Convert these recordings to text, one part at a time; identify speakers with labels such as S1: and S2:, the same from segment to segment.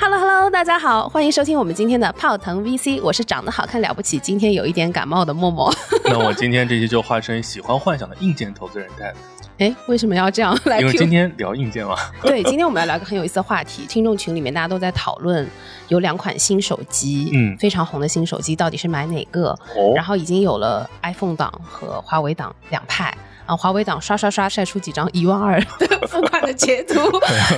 S1: Hello Hello，大家好，欢迎收听我们今天的泡腾 VC，我是长得好看了不起，今天有一点感冒的默 默。
S2: 那我今天这期就化身喜欢幻想的硬件投资人 Ted，
S1: 哎，为什么要这样来
S2: 因为
S1: Q？
S2: 今天聊硬件嘛，
S1: 对，今天我们要聊一个很有意思的话题，听众群里面大家都在讨论，有两款新手机，
S2: 嗯
S1: 非常红的新手机，到底是买哪个？
S2: 哦
S1: 然后已经有了 iPhone 党和华为党两派。啊，华为党刷刷刷晒出几张一万二 的付款的截图，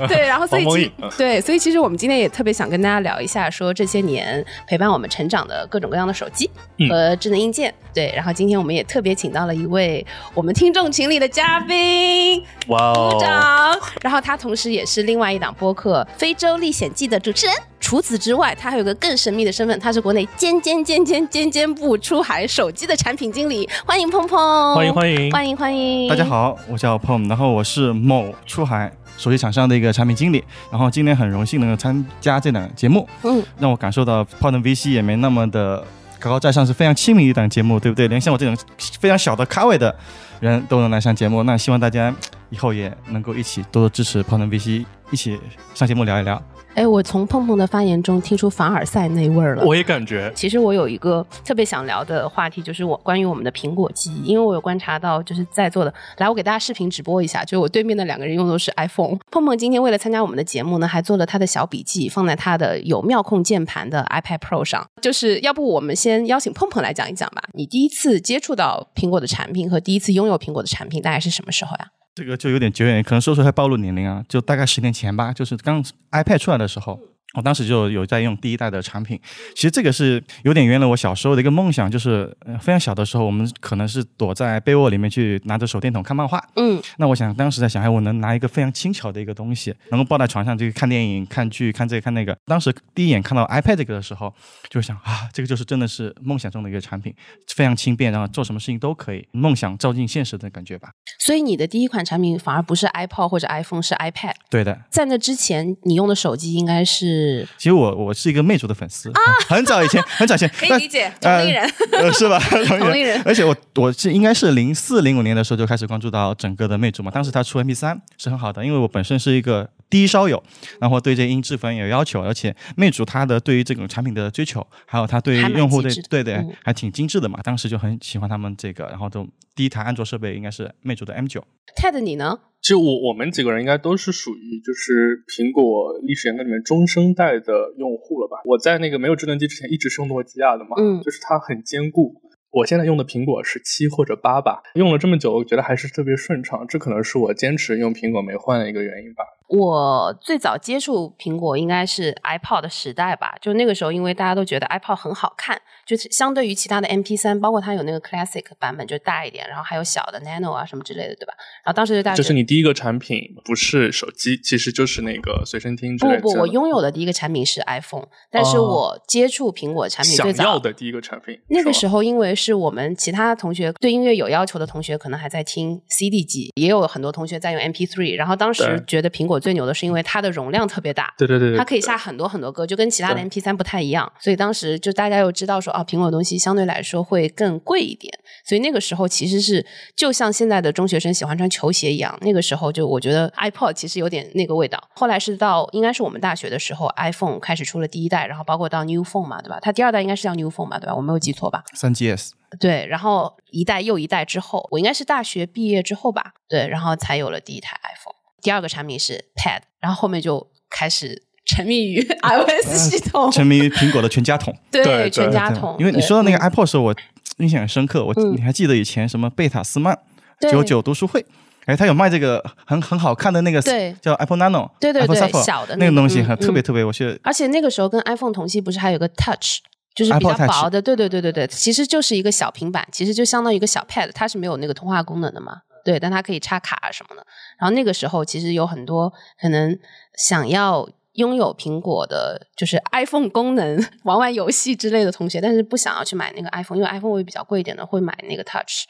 S1: 对，然后所以
S2: 王蒙
S1: 其
S2: 毅嗯
S1: 对，所以其实我们今天也特别想跟大家聊一下，说这些年陪伴我们成长的各种各样的手机
S2: 嗯
S1: 和智能硬件，对，然后今天我们也特别请到了一位我们听众群里的嘉宾，
S2: 哇
S1: 鼓
S2: 哦，
S1: 掌。然后他同时也是另外一档播客《非洲历险记》的主持人。除此之外，他还有个更神秘的身份，他是国内尖尖尖尖尖尖部出海手机的产品经理。欢迎鹏鹏，
S2: 欢迎欢迎
S1: 欢迎欢迎，
S3: 大家。好，我叫 Pom，然后我是某出海手机厂商的一个产品经理，然后今天很荣幸能够参加这档节目，
S1: 嗯，
S3: 让我感受到 p o m VC 也没那么的高高在上，是非常亲民的一档节目，对不对？连像我这种非常小的咖位的人都能来上节目，那希望大家以后也能够一起多多支持 p o m VC，一起上节目聊一聊。
S1: 哎，我从鹏鹏的发言中听出凡尔赛那味儿了。
S2: 我也感觉
S1: 其实我有一个特别想聊的话题，就是我关于我们的苹果机，因为我有观察到，就是在座的，来我给大家视频直播一下，就是我对面的两个人用的都是 iPhone。碰碰今天为了参加我们的节目呢，还做了他的小笔记，放在他的有妙控键盘的 iPad Pro 上。就是要不我们先邀请碰碰来讲一讲吧，你第一次接触到苹果的产品和第一次拥有苹果的产品大概是什么时候呀、
S3: 这个就有点久远，可能说出来暴露年龄啊，就大概十年前吧，就是刚 iPad 出来的时候，我当时就有在用第一代的产品。其实这个是有点圆了我小时候的一个梦想，就是呃非常小的时候，我们可能是躲在被窝里面去拿着手电筒看漫画。
S1: 嗯，
S3: 那我想当时在想，哎，我能拿一个非常轻巧的一个东西，能够抱在床上去看电影、看剧、看这个看那个。当时第一眼看到 iPad 这个的时候，就想啊，这个就是真的是梦想中的一个产品，非常轻便，然后做什么事情都可以，梦想照进现实的感觉吧。
S1: 所以你的第一款产品反而不是 iPod 或者 iPhone，是 iPad。
S3: 对的，
S1: 在那之前，你用的手机应该是
S3: 其实我我是一个魅族的粉丝，
S1: 啊
S3: 很很 早以前，很早以前，但
S1: 解
S3: 呃呃 是吧？
S1: 同龄人
S3: 而且我我是应该是零四零五年的时候就开始关注到整个的魅族嘛，当时它出 MP 三是很好的，因为我本身是一个低烧友，然后对这音质反应有要求，而且魅族它的对于这种产品的追求，还有它对于
S1: 还蛮
S3: 用户
S1: 精
S3: 的
S1: 致的
S3: 对对
S1: 嗯，
S3: 还挺精致的嘛，当时就很喜欢他们这个，然后都第一台安卓设备应该是魅族的 M 九，
S1: Ted，你呢？
S2: 其实我我们几个人应该都是属于就是苹果历史沿革里面中生代的用户了吧？我在那个没有智能机之前一直是用诺基亚的嘛，
S1: 嗯
S2: 就是它很坚固。我现在用的苹果是七或者八吧，用了这么久，我觉得还是特别顺畅，这可能是我坚持用苹果没换的一个原因吧。
S1: 我最早接触苹果应该是 iPod 的时代吧，就那个时候，因为大家都觉得 iPod 很好看，就是相对于其他的 MP3，包括它有那个 Classic 版本，就大一点，然后还有小的 Nano 啊什么之类的，对吧？然后当时就大家
S2: 这
S1: 觉
S2: 是
S1: 得
S2: 你第一个产品，不是手机，其实就是那个随身听之类
S1: 不
S2: 的。
S1: 不，我拥有的第一个产品是 iPhone，但是
S2: 哦
S1: 我接触苹果产品
S2: 想
S1: 最
S2: 要
S1: 早
S2: 的第一个产品。
S1: 那个
S2: 是
S1: 时
S2: 吧
S1: 候，因为是我们其他同学对音乐有要求的同学，可能还在听 CD 机，也有很多同学在用 MP3。然后当时
S2: 对
S1: 觉得苹果最牛的是因为它的容量特别大，
S2: 对对对对，
S1: 它可以下
S2: 对
S1: 很多很多歌，就跟其他的
S2: 对
S1: MP 3不太一样。所以当时就大家又知道说，啊，苹果的东西相对来说会更贵一点。所以那个时候其实是就像现在的中学生喜欢穿球鞋一样，那个时候就我觉得 iPod 其实有点那个味道。后来是到应该是我们大学的时候，iPhone 开始出了第一代，然后包括到 New Phone 嘛，对吧？它第二代应该是叫 New Phone 吧，对吧？我没有记错吧？
S3: 三 GS。
S1: 对，然后一代又一代之后，我应该是大学毕业之后吧，对，然后才有了第一台 iPhone，第二个产品是 Pad，然后后面就开始沉迷于 iOS 系统，
S3: 啊沉迷于苹果的全家桶，
S2: 对
S1: 全
S2: 对
S1: 家
S3: 呃对
S1: 桶。
S3: 因为你
S1: 对
S3: 说到那个
S1: 嗯
S3: iPod 的时候，我印象很深刻。我、
S1: 嗯
S3: 你还记得以前什么贝塔斯曼
S1: 对
S3: 九九读书会？哎，他有卖这个很很好看的那个
S1: 对
S3: 叫 Apple Nano，
S1: 对对
S3: Apple
S1: 对
S3: Shuffle，
S1: 小的那
S3: 那个
S1: 个
S3: 东西
S1: 嗯
S3: 很、特
S1: 嗯
S3: 别特别，我觉得
S1: 而且那个时候跟 iPhone 同期不是还有个 Touch，就是比较
S3: iPod Touch
S1: 薄的，对对对对对，其实就是一个小平板，其实就相当于一个小 Pad，它是没有那个通话功能的嘛。对，但它可以插卡啊什么的。然后那个时候其实有很多可能想要拥有苹果的就是 iPhone 功能、玩玩游戏之类的同学，但是不想要去买那个 iPhone，因为 iPhone 会比较贵一点的，会买那个 Touch。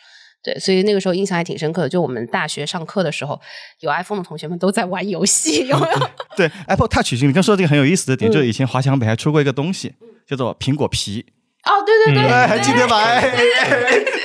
S1: 对，所以那个时候印象还挺深刻的。就我们大学上课的时候，有 iPhone 的同学们都在玩游戏，有没哦有？
S3: 对 Apple Touch，你刚说的这个很有意思的点，
S1: 嗯
S3: 就是以前华强北还出过一个东西，叫做苹果皮，
S1: 哦，对对对，
S3: 嗯哎，还
S1: 对
S3: 记得吧？哎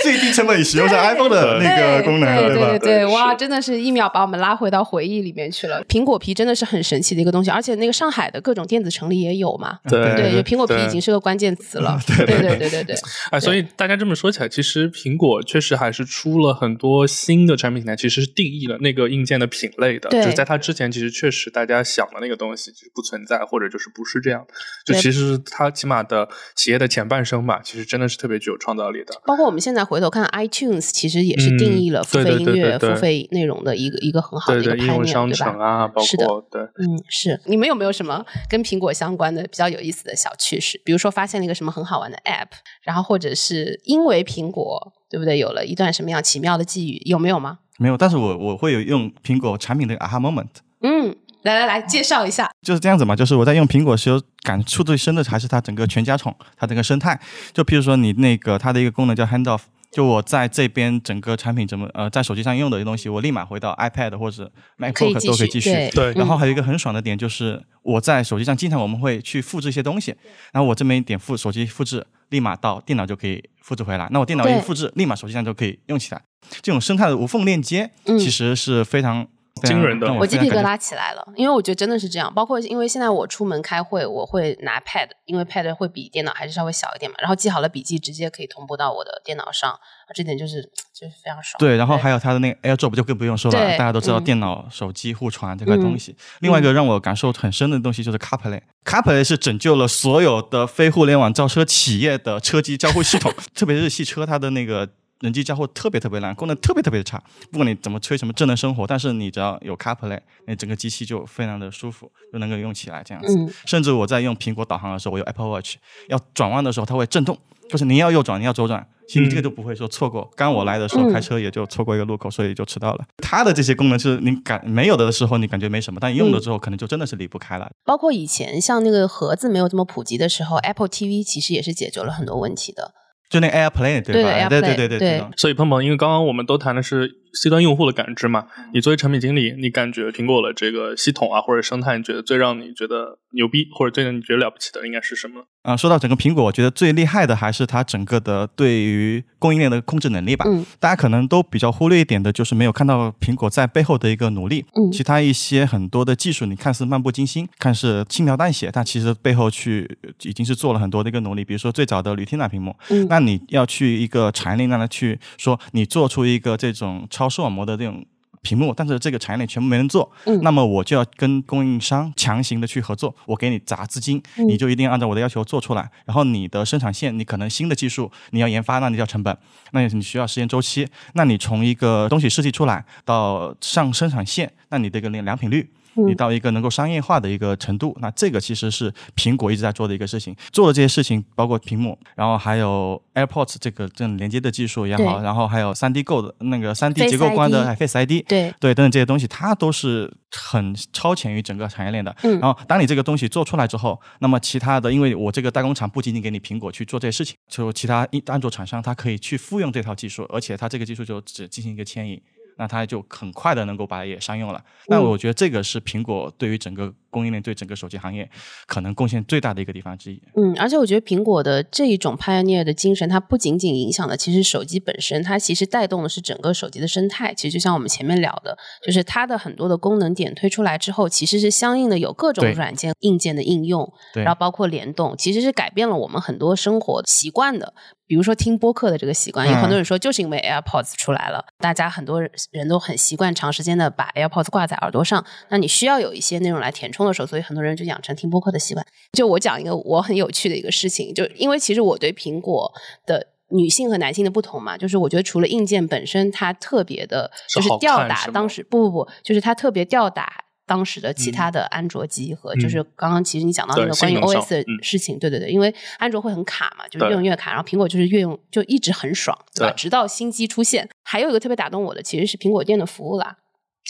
S3: 最低成本使用上 iPhone 的那个功能，
S1: 对
S3: 吧？
S1: 对，
S2: 对
S1: 哇，
S2: 是
S1: 真的是一秒把我们拉回到回忆里面去了。苹果皮真的是很神奇的一个东西，而且那个上海的各种电子城里也有嘛。
S3: 对啊
S1: 对，
S2: 对，
S1: 就苹果皮已经是个关键词了。对对对对对，
S2: 哎，所以大家这么说起来，其实苹果确实还是出了很多新的产品平台，其实是定义了那个硬件的品类的。
S1: 对
S2: 就在它之前，其实确实大家想的那个东西就是不存在，或者就是不是这样的。就
S1: 对
S2: 其实它起码的企业的前半生吧，其实真的是特别具有创造力的。
S1: 包括我们现在回头看 iTunes，其实也是定义了付
S2: 嗯
S1: 费
S2: 对对
S1: 音乐、
S2: 对对对
S1: 付费内容的一个一个很好的
S2: 对
S1: 一个
S2: 对，
S1: 概
S2: 应
S1: 念，
S2: 用商
S1: 对
S2: 城
S1: 吧？
S2: 啊，包
S1: 是的
S2: 括对，
S1: 嗯，是。你们有没有什么跟苹果相关的比较有意思的小趣事？比如说发现了一个什么很好玩的 App，然后或者是因为苹果，对不对？有了一段什么样奇妙的际遇，有没有吗？
S3: 没有，但是我我会有用苹果产品的 aha moment，
S1: 嗯，来来来，介绍一下。
S3: 就是这样子嘛，就是我在用苹果时候感触最深的还是它整个全家桶，它整个生态。就譬如说你那个它的一个功能叫 handoff，就我在这边整个产品怎么呃在手机上用的东西，我立马回到 iPad 或者
S1: 可以
S3: MacBook
S1: 继
S3: 都可
S1: 续，
S3: 以继续。
S1: 对嗯
S2: 对
S3: 然后还有一个很爽的点就是，我在手机上经常我们会去复制一些东西，然后我这边一点复手机复制，立马到电脑就可以复制回来。那我电脑
S1: 对
S3: 一复制，立马手机上就可以用起来。这种生态的无缝链接，
S1: 嗯
S3: 其实是非常非常
S2: 惊人的
S3: 让
S1: 我
S3: 非
S1: 鸡
S3: 常
S1: 皮疙
S3: 感觉
S1: 瘩起来了，因为我觉得真的是这样。包括因为现在我出门开会，我会拿 pad，因为 pad 会比电脑还是稍微小一点嘛。然后记好了笔记，直接可以同步到我的电脑上，这点就是就是非常爽。
S3: 对，然后还有它的那个哎 AirDrop 就更不用说了，
S1: 对
S3: 大家都知道
S1: 嗯
S3: 电脑、手机互传这块东西。另外一个让我感受很深的东西就是 CarPlay。CarPlay 是拯救了所有的非互联网造车企业的车机交互系统， 特别是汽车，它的那个人机交互特别特别烂，功能特别特别的差。不管你怎么吹什么智能生活，但是你只要有 CarPlay，你整个机器就非常的舒服，就能够用起来这样子。
S1: 嗯
S3: 甚至我在用苹果导航的时候，我有 Apple Watch，要转弯的时候它会震动，就是你要右转，你要左转，其实你这个就不会说错过。刚我来的时候
S1: 嗯
S3: 开车也就错过一个路口，所以就迟到了。它的这些功能是你感没有的时候你感觉没什么，但用了之后可能就真的是离不开了。
S1: 包括以前像那个盒子没有这么普及的时候，Apple TV 其实也是解决了很多问题的。
S3: 就那 AirPlay 对吧？
S1: 对的
S3: 对对
S1: AirPlay，
S3: 对对
S1: 对
S3: 知道
S2: 所以，碰碰，因为刚刚我们都谈的是 C 端用户的感知嘛，
S1: 嗯
S2: 你作为产品经理，你感觉苹果的这个系统啊或者生态，你觉得最让你觉得牛逼或者最让你觉得了不起的应该是什么？
S3: 啊、说到整个苹果，我觉得最厉害的还是它整个的对于供应链的控制能力吧。
S1: 嗯，
S3: 大家可能都比较忽略一点的，就是没有看到苹果在背后的一个努力。
S1: 嗯
S3: 其他一些很多的技术，你看似漫不经心，看似轻描淡写，但其实背后去呃已经是做了很多的一个努力。比如说最早的铝天蓝屏幕，
S1: 嗯
S3: 那你要去一个产业链那来去说，你做出一个这种超视网膜的这种。屏幕，但是这个产业链全部没人做，
S1: 嗯
S3: 那么我就要跟供应商强行的去合作，我给你砸资金，
S1: 嗯
S3: 你就一定要按照我的要求做出来。然后你的生产线，你可能新的技术你要研发，那你要成本，那你需要时间周期。那你从一个东西设计出来到上生产线，那你的一个良良品率。
S1: 嗯
S3: 你到一个能够商业化的一个程度，那这个其实是苹果一直在做的一个事情。做的这些事情包括屏幕，然后还有 AirPods 这个这种连接的技术也好，
S1: 对
S3: 然后还有 3D 构的那个 3D
S1: Face
S3: 结构观的
S1: ID
S3: 哎 Face ID，
S1: 对，
S3: 对，等等这些东西，它都是很超前于整个产业链的。
S1: 嗯
S3: 然后当你这个东西做出来之后，那么其他的，因为我这个代工厂不仅仅给你苹果去做这些事情，就其他一安卓厂商它可以去复用这套技术，而且它这个技术就只进行一个迁移，那它就很快的能够把它也商用了。那
S1: 嗯
S3: 我觉得这个是苹果对于整个供应链、对整个手机行业可能贡献最大的一个地方之一。
S1: 嗯，而且我觉得苹果的这一种 pioneer 的精神，它不仅仅影响了其实手机本身，它其实带动的是整个手机的生态。其实就像我们前面聊的，就是它的很多的功能点推出来之后，其实是相应的有各种
S3: 对
S1: 软件硬件的应用，
S3: 对
S1: 然后包括联动，其实是改变了我们很多生活习惯的。比如说听播客的这个习惯，有
S2: 嗯
S1: 很多人说就是因为 AirPods 出来了，大家很多人都很习惯长时间的把 AirPods 挂在耳朵上，那你需要有一些内容来填充的时候，所以很多人就养成听播客的习惯。就我讲一个我很有趣的一个事情，就因为其实我对苹果的。女性和男性的不同嘛，就是我觉得除了硬件本身，它特别的，
S2: 是
S1: 就是
S2: 好看
S1: 吊打
S2: 是吗
S1: 当时不不不，就是它特别吊打当时的其
S2: 嗯
S1: 他的安卓机和，就是刚刚其实你讲到啊那
S2: 对
S1: 个关于
S2: 性能上
S1: OS 的
S2: 嗯
S1: 事情，对对对，因为安卓会很卡嘛，就是
S2: 对
S1: 越用越卡，然后苹果就是越用就一直很爽，对吧？
S2: 对
S1: 直到新机出现，还有一个特别打动我的其实是苹果店的服务啦，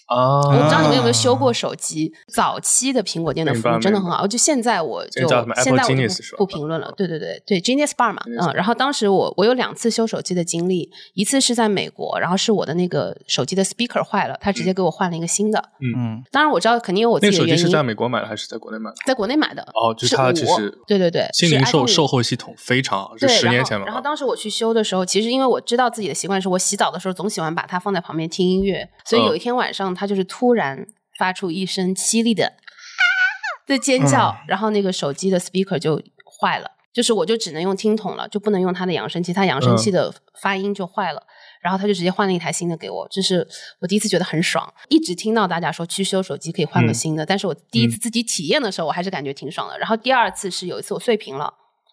S2: 啊，
S1: 我不知道你们
S3: 啊
S1: 有没有修过手机，早期的苹果店的服
S2: 明
S1: 务
S2: 白
S1: 真的
S2: 明
S1: 很
S2: 白
S1: 好。就现在我
S2: 这
S1: 就
S2: 个叫什么
S1: 现
S2: Apple
S1: 在我就
S2: Genius 是吧
S1: 不不评论了。对对对对，Genius Bar 嘛，
S2: Genius
S1: 嗯。然后当时我我有两次修手机的经历，一次是在美国，然后是我的那个手机的 speaker 坏了，他直接给我换了一个新的。
S3: 嗯，
S1: 当然我知道肯定有我
S2: 嗯那
S1: 自
S2: 个手
S1: 己的原
S2: 机
S1: 因
S2: 是，在美国买的还是在国内买的？
S1: 在国内买的。
S2: 哦，就是
S1: 是
S2: 它其
S1: 我
S2: 实
S1: 对对对
S2: 新
S1: 是
S2: 零售
S1: iPhone
S2: 售后系统非常好，就
S1: 对，
S2: 十
S1: 然
S2: 年
S1: 后
S2: 前了啊
S1: 然后
S2: 吧。
S1: 当时我去修的时候，其实因为我知道自己的习惯是我洗澡的时候总喜欢把它放在旁边听音乐，所以
S2: 嗯
S1: 有一天晚上，它就是突然发出一声凄厉的啊的尖
S2: 嗯
S1: 叫，然后那个手机的 speaker 就坏了，就是我就只能用听筒了，就不能用它的扬声器，它扬声
S2: 嗯
S1: 器的发音就坏了。然后他就直接换了一台新的给我，这是我第一次觉得很爽。一直听到大家说去修手机可以换个
S2: 嗯
S1: 新的，但是我第一次自己体验的时候，我还是感觉挺爽的。然后第二次是有一次我碎屏了，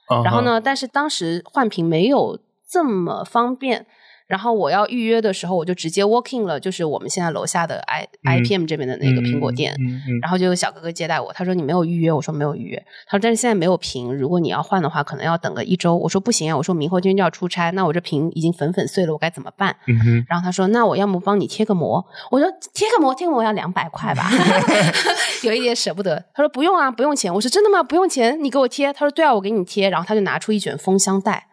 S2: 啊哈
S1: 然后？呢，但是当时换屏没有这么方便。然后我要预约的时候，我就直接 walk in 了，就是我们现在楼下的 i、
S2: 嗯
S1: IPM 这边的那个苹果店。
S2: 嗯嗯嗯
S1: 然后就有小哥哥接待我，他说你没有预约，我说没有预约。他说但是现在没有屏，如果你要换的话，可能要等个一周。我说不行啊，我说明后天就要出差，那我这屏已经粉粉碎了，我该怎么办？
S2: 嗯哼，
S1: 然后他说：“那我要么帮你贴个膜。”我说：“贴个膜，贴个膜要两百块吧， 有一点舍不得。”他说：“不用啊，不用钱。”我说：“真的吗？不用钱，你给我贴？”他说：“对啊，我给你贴。”然后他就拿出一卷封箱袋，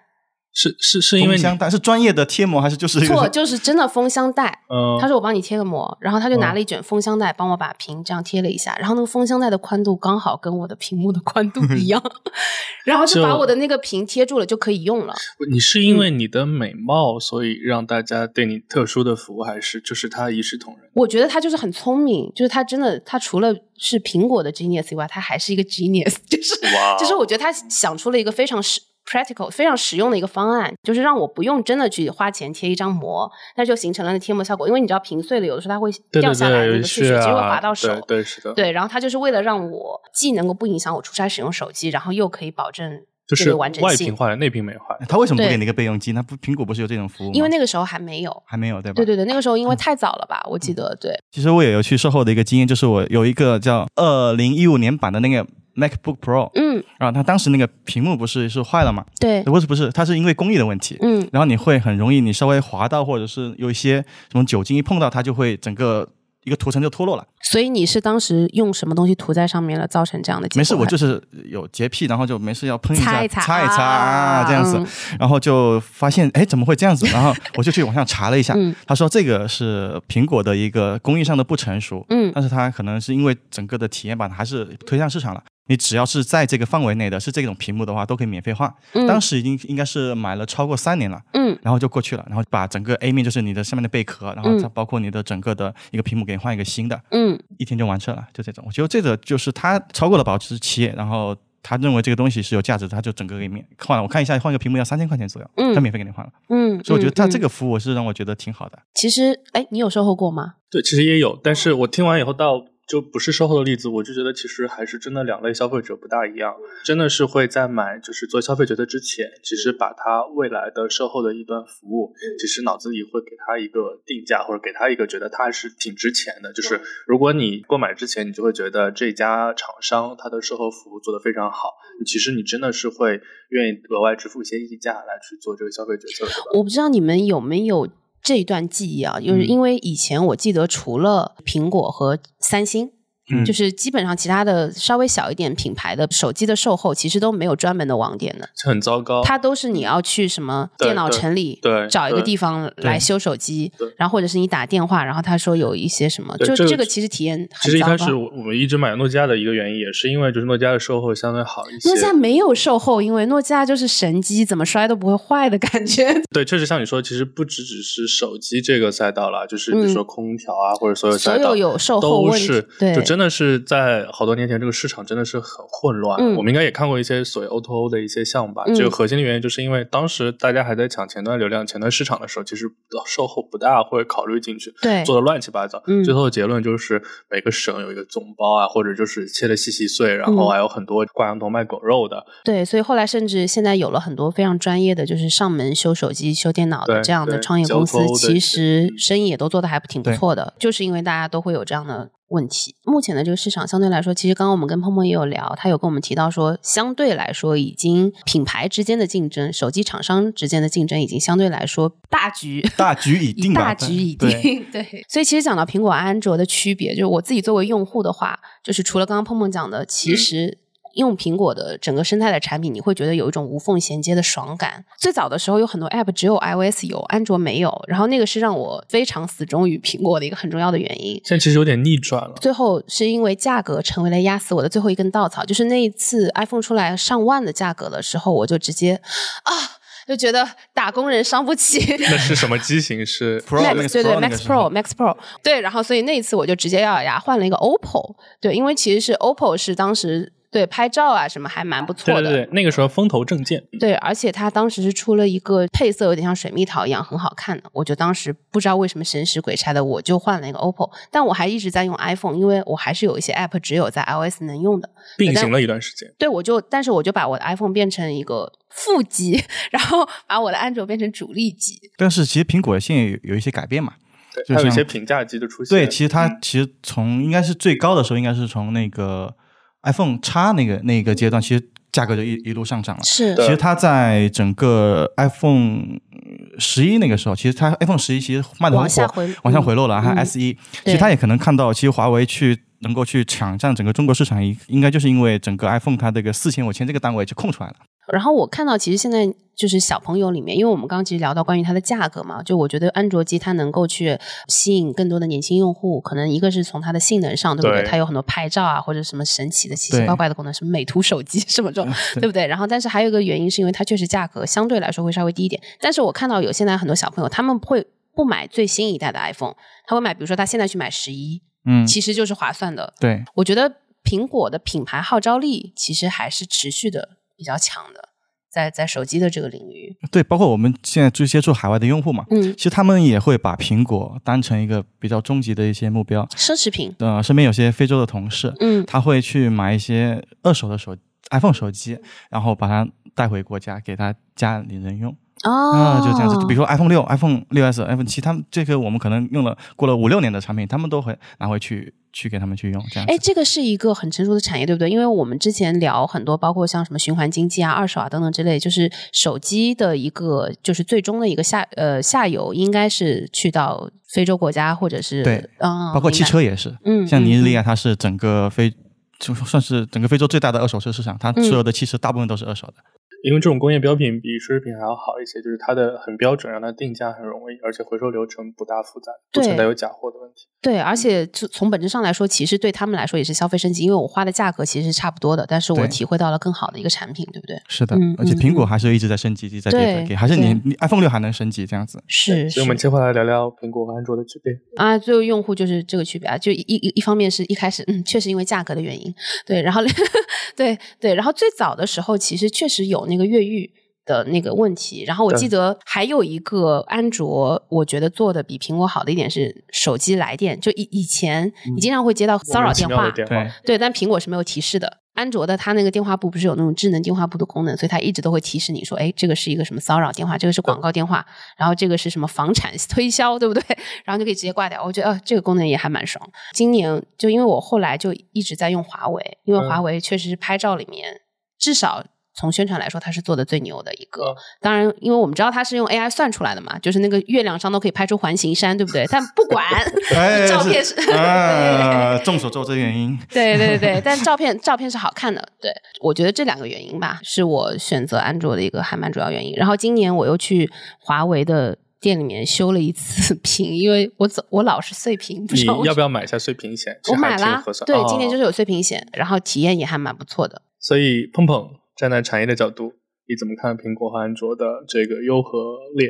S2: 是是是因为
S3: 封
S2: 你
S3: 箱袋是专业的贴膜还是就是一个
S1: 错，就是真的封箱袋。
S2: 嗯，
S1: 他说：“我帮你贴个膜。”然后他就拿
S2: 嗯
S1: 了一卷封箱袋帮我把屏这样贴了一下，然后那个封箱袋的宽度刚好跟我的屏幕的宽度一样， 然后就把
S2: 就
S1: 我的那个屏贴住了，就可以用了。
S2: 你是
S1: 嗯
S2: 因为你的美貌，所以让大家对你特殊的服务，还是就是他一视同仁？
S1: 我觉得他就是很聪明，就是他真的，他除了是苹果的 genius 以外，他还是一个 genius，就是
S2: 哇
S1: 就是我觉得他想出了一个非常实 practical、非常实用的一个方案，就是让我不用真的去花钱贴一张膜，那就形成了那贴膜效果。因为你知道屏碎了，有的时候它会
S2: 对
S1: 掉
S2: 对
S1: 下来那
S2: 对，
S1: 个
S2: 是
S1: 碎屑，
S2: 啊，
S1: 其实会划到手。
S2: 对对是的，，
S1: 对然后他就是为了让我既能够不影响我出差使用手机，然后又可以保证
S2: 就
S1: 这
S2: 是
S1: 个完整
S2: 外
S1: 性
S2: 屏，坏了，内屏没坏。
S3: 哎他为什么不
S1: 对
S3: 给你一个备用机？那不苹果不是有这种服务吗？
S1: 因为那个时候还没有。
S3: 还没有对吧？
S1: 对对对，那个时候
S2: 嗯
S1: 因为太早了吧，我记得对。
S3: 其实我也有去售后的一个经验，就是我有一个叫二零一五年版的那个 MacBook Pro，
S1: 嗯，
S3: 然后它当时那个屏幕不是是坏了嘛？
S1: 对，
S3: 不是不是，它是因为工艺的问题。
S1: 嗯，
S3: 然后你会很容易，你稍微滑到或者是有一些什么酒精一碰到它，就会整个一个涂层就脱落了。
S1: 所以你是当时用什么东西涂在上面了，造成这样的结果？
S3: 没事，我就是有洁癖，然后就没事要喷一下，
S1: 擦一擦
S3: 擦一擦啊
S1: 啊
S3: 这样子，然后就发现哎怎么会这样子？然后我就去网上查了一下，
S1: 嗯
S3: 他说这个是苹果的一个工艺上的不成熟，
S1: 嗯
S3: 但是它可能是因为整个的体验版还是推向市场了。你只要是在这个范围内的，是这种屏幕的话，都可以免费换。
S1: 嗯
S3: 当时已经应该是买了超过三年了，
S1: 嗯
S3: 然后就过去了，然后把整个 A 面就是你的上面的贝壳，然后
S1: 嗯
S3: 它包括你的整个的一个屏幕给你换一个新的，
S1: 嗯
S3: 一天就完事了，就这种。我觉得这个就是他超过了保质期，然后他认为这个东西是有价值的，他就整个给免换了。我看一下，换个屏幕要三千块钱左右，
S1: 嗯
S3: 他免费给你换了。
S1: 嗯，
S3: 所以我觉得他这
S1: 嗯嗯
S3: 个服务是让我觉得挺好的。
S1: 其实，哎，你有售后过吗？
S2: 对，其实也有，但是我听完以后到。就不是售后的例子，我就觉得其实还是真的两类消费者不大一样，真的是会在买就是做消费决策之前，其实把他未来的售后的一段服务，其实脑子里会给他一个定价，或者给他一个觉得他是挺值钱的。就是如果你购买之前，你就会觉得这家厂商他的售后服务做得非常好，你其实你真的是会愿意额外支付一些溢价来去做这个消费决策，是吧？
S1: 我不知道你们有没有这一段记忆啊，就是
S2: 嗯
S1: 因为以前我记得除了苹果和三星。
S2: 嗯
S1: 就是基本上其他的稍微小一点品牌的手机的售后，其实都没有专门的网点的，
S2: 这很糟糕。
S1: 它都是你要去什么
S2: 哦对
S1: 电脑城里
S2: 对
S1: 找一个
S2: 对
S1: 地方来
S3: 对
S1: 修手机
S2: 对，
S1: 然后或者是你打电话，然后他说有一些什么，
S2: 对
S1: 就
S2: 这个
S1: 这个其实体验
S2: 其
S1: 很
S2: 实一
S1: 糟
S2: 开
S1: 糕。
S2: 始我我们一直买诺基亚的一个原因，也是因为就是诺基亚的售后相对好一些。
S1: 诺基亚没有售后，因为诺基亚就是神机，怎么摔都不会坏的感觉。
S2: 对，确实像你说，其实不只只是手机这个赛道啦，就是比如
S1: 嗯
S2: 说空调啊，或者 所有赛道
S1: 所有有售后
S2: 都
S1: 问题
S2: 是，
S1: 对
S2: 就真的是在好多年前，这个市场真的是很混乱。
S1: 嗯
S2: 我们应该也看过一些所谓 O to O 的一些项目吧，
S1: 嗯
S2: 这个核心的原因就是因为当时大家还在抢前端流量、前端市场的时候，其实售后不大会考虑进去。
S1: 对
S2: 做的乱七八糟。
S1: 嗯
S2: 最后的结论就是每个省有一个总包啊，或者就是切的细细碎，然后
S1: 嗯
S2: 还有很多挂羊头卖狗肉的。
S1: 对，所以后来甚至现在有了很多非常专业的，就是上门修手机、修电脑的
S2: 对
S1: 这样的
S2: 对
S1: 创业
S2: 交
S1: 公司
S2: 通，的
S1: 其
S2: 一些
S1: 实生意也都做得还挺不
S3: 对
S1: 错的。就是因为大家都会有这样的问题。目前的这个市场相对来说，其实刚刚我们跟碰碰也有聊，他有跟我们提到说，相对来说已经品牌之间的竞争，手机厂商之间的竞争已经相对来说大局
S3: 大局已定吧
S1: 大局已 定。
S3: 对
S1: 对所以其实讲到苹果、安卓的区别，就是我自己作为用户的话，就是除了刚刚碰碰讲的，其实。用苹果的整个生态的产品，你会觉得有一种无缝衔接的爽感。最早的时候有很多 App 只有 iOS 有，安卓没有，然后那个是让我非常死忠于苹果的一个很重要的原因。
S2: 现在其实有点逆转了。
S1: 最后是因为价格成为了压死我的最后一根稻草，就是那一次 iPhone 出来上万的价格的时候，我就直接啊，就觉得打工人伤不起。
S2: 那是什么机型？是
S3: Pro 那个
S1: 对对
S3: Pro 那个
S1: ，Max
S3: 时候
S1: Pro Max Pro 对，然后所以那一次我就直接咬咬牙换了一个 OPPO，对，因为其实是 OPPO 是当时对拍照啊什么还蛮不错
S2: 对
S1: 的，
S2: 对对，那个时候风头正劲。
S1: 对，而且它当时是出了一个配色有点像水蜜桃一样，很好看的。我就当时不知道为什么神使鬼差的，我就换了一个 OPPO，但我还一直在用 iPhone，因为我还是有一些 App 只有在 iOS 能用的。
S2: 并行了一段时间。
S1: 对，我就但是我就把我的 iPhone 变成一个副机， 然后把我的安卓变成主力机。
S3: 但是其实苹果现在有有一些改变嘛，就
S2: 还有一
S3: 像
S2: 些平价机的出现。嗯
S3: 对，其实它
S1: 嗯
S3: 其实从应该是最高的时候，应该是从那个 iPhone 叉那个那个阶段，其实价格就一一路上涨了。
S1: 是
S3: 其实它在整个 iPhone 十一那个时候，其实它 iPhone 十一其实卖的很火，
S1: 往下回
S3: 往下回落了，还有
S1: 嗯
S3: S 一、其
S1: 对
S3: 实它也可能看到，其实华为去能够去抢占整个中国市场，应应该就是因为整个 iPhone 它这个四千五千这个单位就空出来了。
S1: 然后我看到，其实现在就是小朋友里面，因为我们刚刚其实聊到关于它的价格嘛，就我觉得安卓机它能够去吸引更多的年轻用户，可能一个是从它的性能上，对不对？
S2: 对
S1: 它有很多拍照啊，或者什么神奇的奇奇
S3: 对嗯
S1: 怪怪的功能，什么美图手机 什么这种，
S3: 对
S1: 对不对？然后，但是还有一个原因是因为它确实价格相对来说会稍微低一点，但是我看到有现在很多小朋友他们会不买最新一代的 iPhone，他会买，比如说他现在去买十一，
S3: 嗯，
S1: 其实就是划算的。
S3: 对，
S1: 我觉得苹果的品牌号召力其实还是持续的比较强的，在在手机的这个领域，
S3: 对，包括我们现在最接触海外的用户嘛，
S1: 嗯，
S3: 其实他们也会把苹果当成一个比较终极的一些目标。
S1: 奢侈品，
S3: 呃，身边有些非洲的同事，
S1: 嗯，
S3: 他会去买一些二手的手 iPhone 手机，然后把它带回国家给他家里人用啊、
S1: 哦，
S3: 就这样子。比如说 iPhone 六、iPhone 六 S、iPhone 七，他们这个我们可能用了过了五六年的产品，他们都会拿回去去给他们去用，这样
S1: 哎，
S3: 子。
S1: 这个是一个很成熟的产业，对不对？因为我们之前聊很多，包括像什么循环经济啊、二手啊等等之类，就是手机的一个，就是最终的一个下呃下游，应该是去到非洲国家或者是
S3: 对
S1: 嗯，
S3: 包括
S1: 明
S3: 汽
S1: 白，
S3: 车也是，
S1: 嗯，
S3: 像尼日利啊
S1: 亚，
S3: 亚，它是整个非就算是整个非洲最大的二手车市场，它
S1: 嗯
S3: 所有的汽车大部分都是二手的。
S2: 因为这种工业标品比奢侈品还要好一些，就是它的很标准，让它定价很容易，而且回收流程不大复杂，不
S1: 对
S2: 存在有假货的问题。
S1: 对，而且就从本质上来说，其实对他们来说也是消费升级，因为我花的价格其实是差不多的，但是我
S3: 对
S1: 体会到了更好的一个产品，对不对？
S3: 是的，
S1: 嗯
S3: 而且
S1: 嗯
S3: 苹果
S1: 嗯
S3: 还是一直在升级，一直在
S1: 对
S3: 迭代，还是你
S1: 对
S3: 你 iPhone 六还能升级这样子。
S1: 是
S2: 所以我们接下来聊聊苹果和安卓的区别。
S1: 啊，最后用户就是这个区别啊，就一一一方面是一开始，嗯，确实因为价格的原因，对，然后 对对，然后最早的时候其实确实有那个越狱。的那个问题，然后我
S2: 对
S1: 记得还有一个安卓，我觉得做的比苹果好的一点是手机来电，就以以前
S2: 嗯
S1: 你经常会接到骚扰电
S2: 莫
S1: 话
S2: 名其，妙的电
S3: 对
S2: 话，
S1: 对，但苹果是没有提示的。安卓的它那个电话簿不是有那种智能电话簿的功能，所以它一直都会提示你说，哎，这个是一个什么骚扰电话，这个是广告电话，然后这个是什么房产 推销，对不对？然后就可以直接挂掉。我觉得，呃，这个功能也还蛮爽。今年就因为我后来就一直在用华为，因为
S2: 嗯
S1: 华为确实是拍照里面、至少。从宣传来说，它是做的最牛的一个
S2: 嗯。
S1: 当然，因为我们知道它是用 AI 算出来的嘛，就是那个月亮上都可以拍出环形山，对不对？但不管
S3: 哎，
S1: 照片是对
S3: 啊，众所周知原因。
S1: 对对对， 但照片照片是好看的。对，我觉得这两个原因吧，是我选择安卓的一个还蛮主要原因。然后今年我又去华为的店里面修了一次 屏，因为我走我老是碎屏，不
S2: 你
S1: 知道为什么
S2: 要不要买一下碎屏险？
S1: 我买
S2: 其实还
S1: 啦
S2: 挺合，算。
S1: 对，
S2: 哦
S1: 今年就是有碎屏险，然后体验也还蛮不错的。
S2: 所以碰碰站在产业的角度，你怎么看苹果和安卓的这个优和劣？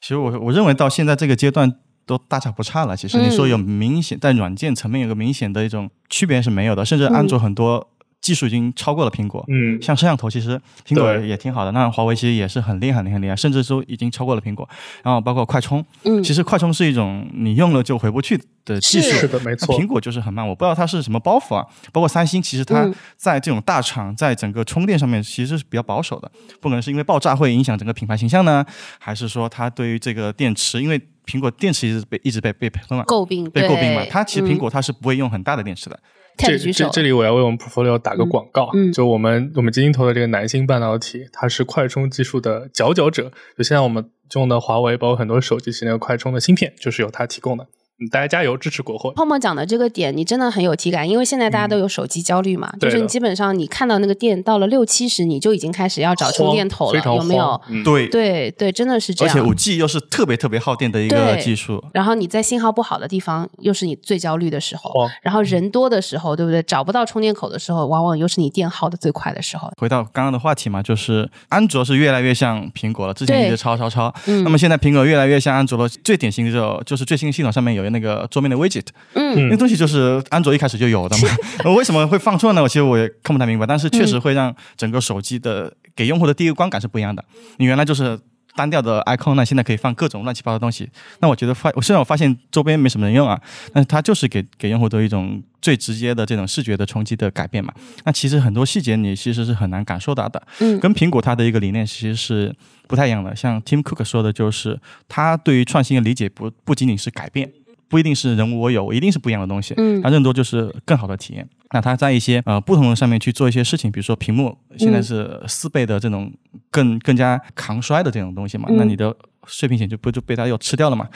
S3: 其实我我认为到现在这个阶段都大差不差了。其实
S1: 嗯嗯
S3: 你说有明显在软件层面有个明显的一种区别是没有的，甚至安卓很多技术已经超过了苹果。
S2: 嗯，
S3: 像摄像头，其实苹果
S2: 对
S3: 也挺好的，那华为其实也是很厉害、很厉害、很厉害，甚至说已经超过了苹果。然后包括快充，
S1: 嗯
S3: 其实快充是一种你用了就回不去的技术。
S2: 是的，没
S3: 那
S2: 错
S3: 苹。果就是很慢，我不知道它是什么包袱啊。包括三星，其实它
S1: 嗯
S3: 在这种大厂在整个充电上面其实是比较保守的，不管是因为爆炸会影响整个品牌形象呢，还是说它对于这个电池，因为苹果电池一直被一直被被喷嘛，
S1: 诟病
S3: 被
S1: 对
S3: 诟病嘛，它其实苹
S1: 嗯
S3: 果它是不会用很大的电池的。
S1: Ted
S2: 这
S1: 举
S2: 这
S1: 手，
S2: 这里我要为我们 portfolio 打个
S1: 嗯
S2: 广告，
S1: 嗯
S2: 就我们我们基金投的这个南星半导体，它是快充技术的佼佼者。就现在我们用的华为，包括很多手机系列快充的芯片，就是由它提供的。嗯大家加油，支持国货。
S1: 泡沫讲的这个点，你真的很有体感，因为现在大家都有手机焦虑嘛，就
S2: 嗯对
S1: 是你
S2: 的
S1: 基本上你看到那个电到了六七十，你就已经开始要找充
S2: 慌
S1: 电头
S2: 非
S1: 了，
S2: 常
S1: 有没有
S2: 慌？嗯
S3: 对，
S1: 对对，真的是这
S3: 而且
S1: 样
S3: 五。G 又是特别特别耗电的一个
S1: 对
S3: 技术，
S1: 然后你在信号不好的地方，又是你最焦虑的时候
S2: 慌。
S3: 哦嗯
S1: 然后人多的时候，对不对？找不到充电口的时候，往往又是你电耗的最快的时候。
S3: 回到刚刚的话题嘛，就是安卓是越来越像苹果了，之前一
S1: 对
S3: 直超超超，
S1: 嗯
S3: 那么现在苹果越来越像安卓了。最典型的就就是最新系统上面有那个桌面的 widget，
S1: 嗯
S3: 那东西就是安卓一开始 就有的嘛，呃为什么会放错呢？我其实我也看不太明白，但是确实会让整个手机的给用户的第一个观感是不一样的。你原来就是。单调的 icon 呢，现在可以放各种乱七八糟的东西。那我觉得发，我虽然我发现周边没什么人用啊，但是它就是给给用户的一种最直接的这种视觉的冲击的改变嘛。那其实很多细节你其实是很难感受到的。
S1: 嗯
S3: 跟苹果它的一个理念其实是不太一样的。像 Tim Cook 说的，就是他对于创新的理解不不仅仅是改变，不一定是人无我有，一定是不一样的东西。
S1: 嗯
S3: 它更多就是更好的体验。那它在一些呃不同的上面去做一些事情，比如说屏幕现
S1: 嗯
S3: 在是四倍的这种更更加抗衰的这种东西嘛，
S1: 嗯
S3: 那你的碎屏险就不就被它又吃掉了嘛，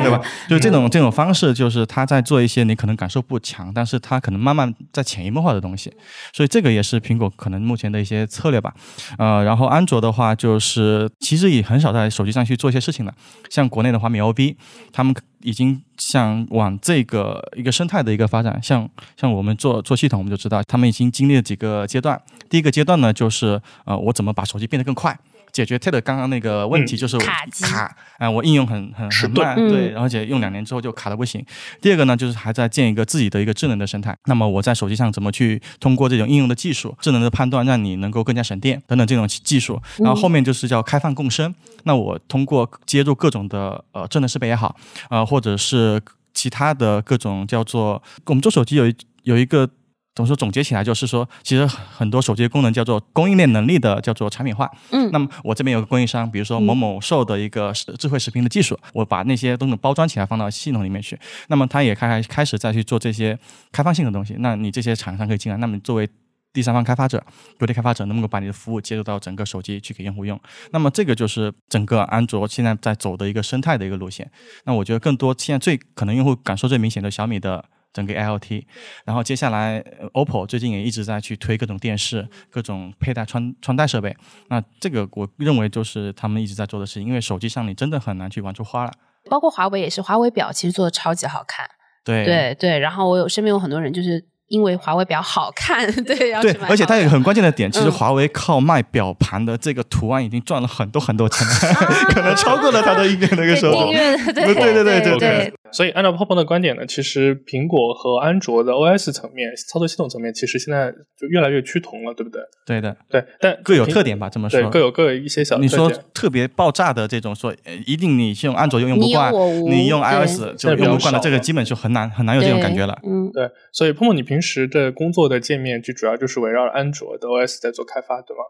S3: 对吧？就是这种这种方式，就是它在做一些你可能感受不强，但是它可能慢慢在潜移默化的东西，所以这个也是苹果可能目前的一些策略吧。呃，然后安卓的话，就是其实也很少在手机上去做一些事情了，像国内的华米 LV，他们已经像往这个一个生态的一个发展，像像我们做做系统，我们就知道他们已经经历了几个阶段。第一个阶段呢，就是呃，我怎么把手机变得更快。解决 TED 刚刚那个问题
S2: 嗯
S3: 就是我
S1: 卡机
S3: 卡啊、我应用很很
S2: 迟
S3: 很
S2: 钝
S3: 慢，
S1: 嗯
S3: 对，而且用两年之后就卡的不行。第二个呢，就是还在建一个自己的一个智能的生态。那么我在手机上怎么去通过这种应用的技术、智能的判断，让你能够更加省电等等这种技术。然后后面就是叫开放共生。那我通过接入各种的呃智能设备也好，呃或者是其他的各种叫做我们做手机有一有一个。怎么说？总结起来就是说，其实很多手机的功能叫做供应链能力的叫做产品化。
S1: 嗯
S3: 那么我这边有个供应商，比如说某某兽的一个食智慧食品的技术，我把那些东西包装起来放到系统里面去，那么它也开开始再去做这些开放性的东西。那你这些厂商可以进来，那么作为第三方开发者、独立开发者，能不能够把你的服务接入到整个手机去给用户用？那么这个就是整个安卓现在在走的一个生态的一个路线。那我觉得更多现在最可能用户感受最明显的小米的。整个 IoT，然后接下来呃 OPPO 最近也一直在去推各种电视、各种佩戴穿穿戴设备，那这个我认为就是他们一直在做的事情，因为手机上你真的很难去玩出花来。
S1: 包括华为也是，华为表其实做的超级好看。
S3: 对
S1: 对对，然后我有身边有很多人就是因为华为表好看， 对，要去
S3: 对
S1: 买
S3: 而且它有一个很关键的点，其实
S1: 嗯
S3: 华为靠卖表盘的这个图案已经赚了很多很多钱了， 可能超过了它的一个那
S1: 啊
S3: 个
S1: 对
S3: 时候。
S1: 订阅的，对
S3: 对对对
S1: 对
S3: 对
S1: 对，
S2: 所以按照泡泡的观点呢，其实苹果和安卓的 OS 层面、操作系统层面，其实现在就越来越趋同了，对不对？
S3: 对的，
S2: 对，但
S3: 各有
S2: 苹
S3: 特点吧，这么说。
S2: 对，各有各有一些小
S3: 你
S2: 特
S3: 说
S2: 点
S3: 特别爆炸的这种说，呃一定你用安卓用不
S1: 你有
S3: 惯
S1: 我，无
S3: 你用
S1: 对
S3: iOS
S2: 现在
S3: 就
S2: 比较
S3: 用不惯的，
S2: 少
S3: 这个
S2: 了
S3: 基本就很难很难有这种感觉了。
S1: 嗯，
S2: 对，所以碰碰，你平时的工作的界面就主要就是围绕着安卓的 OS 在做开发，对吗？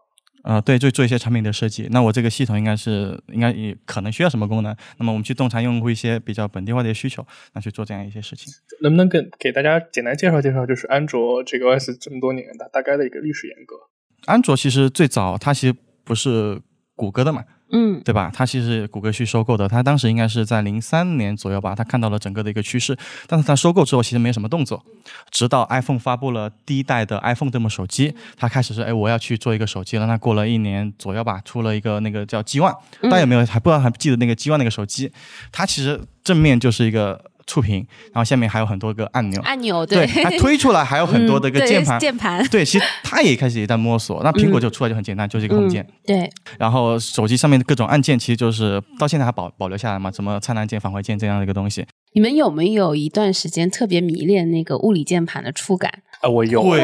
S3: 呃，对，就做一些产品的设计。那我这个系统应该是应该也可能需要什么功能？那么我们去洞察用户一些比较本地化的需求，那去做这样一些事情。
S2: 能不能给给大家简单介绍介绍，就是安卓这个 OS 这么多年大大概的一个历史沿革？
S3: 安卓其实最早它其实不是谷歌的嘛，
S1: 嗯
S3: 对吧？它其实谷歌去收购的，它当时应该是在零三年左右吧，它看到了整个的一个趋势，但是它收购之后其实没什么动作，直到 iPhone 发布了第一代的 iPhone 这么手机，它开始说，哎，我要去做一个手机了。那过了一年左右吧，出了一个那个
S4: 嗯
S3: 叫 G One，大家有没有还不知道还记得那个 G One 那个手机？它其实正面就是一个。触屏，然后下面还有很多个按钮。
S1: 按钮嗯
S3: 对，它 推出来还有很多的一个
S4: 嗯对
S3: 键盘。
S4: 键盘，
S3: 对，其实它也开始也在摸索。那
S1: 嗯
S3: 苹果就出来就很简单，就是一个 Home 键。
S1: 对，
S3: 然后手机上面的各种按键，其实就是到现在还保保留下来嘛，什么菜单键、返回键这样的一个东西。
S1: 你们有没有一段时间特别迷恋那个物理键盘的触感？
S2: 啊，我有，
S3: 会啊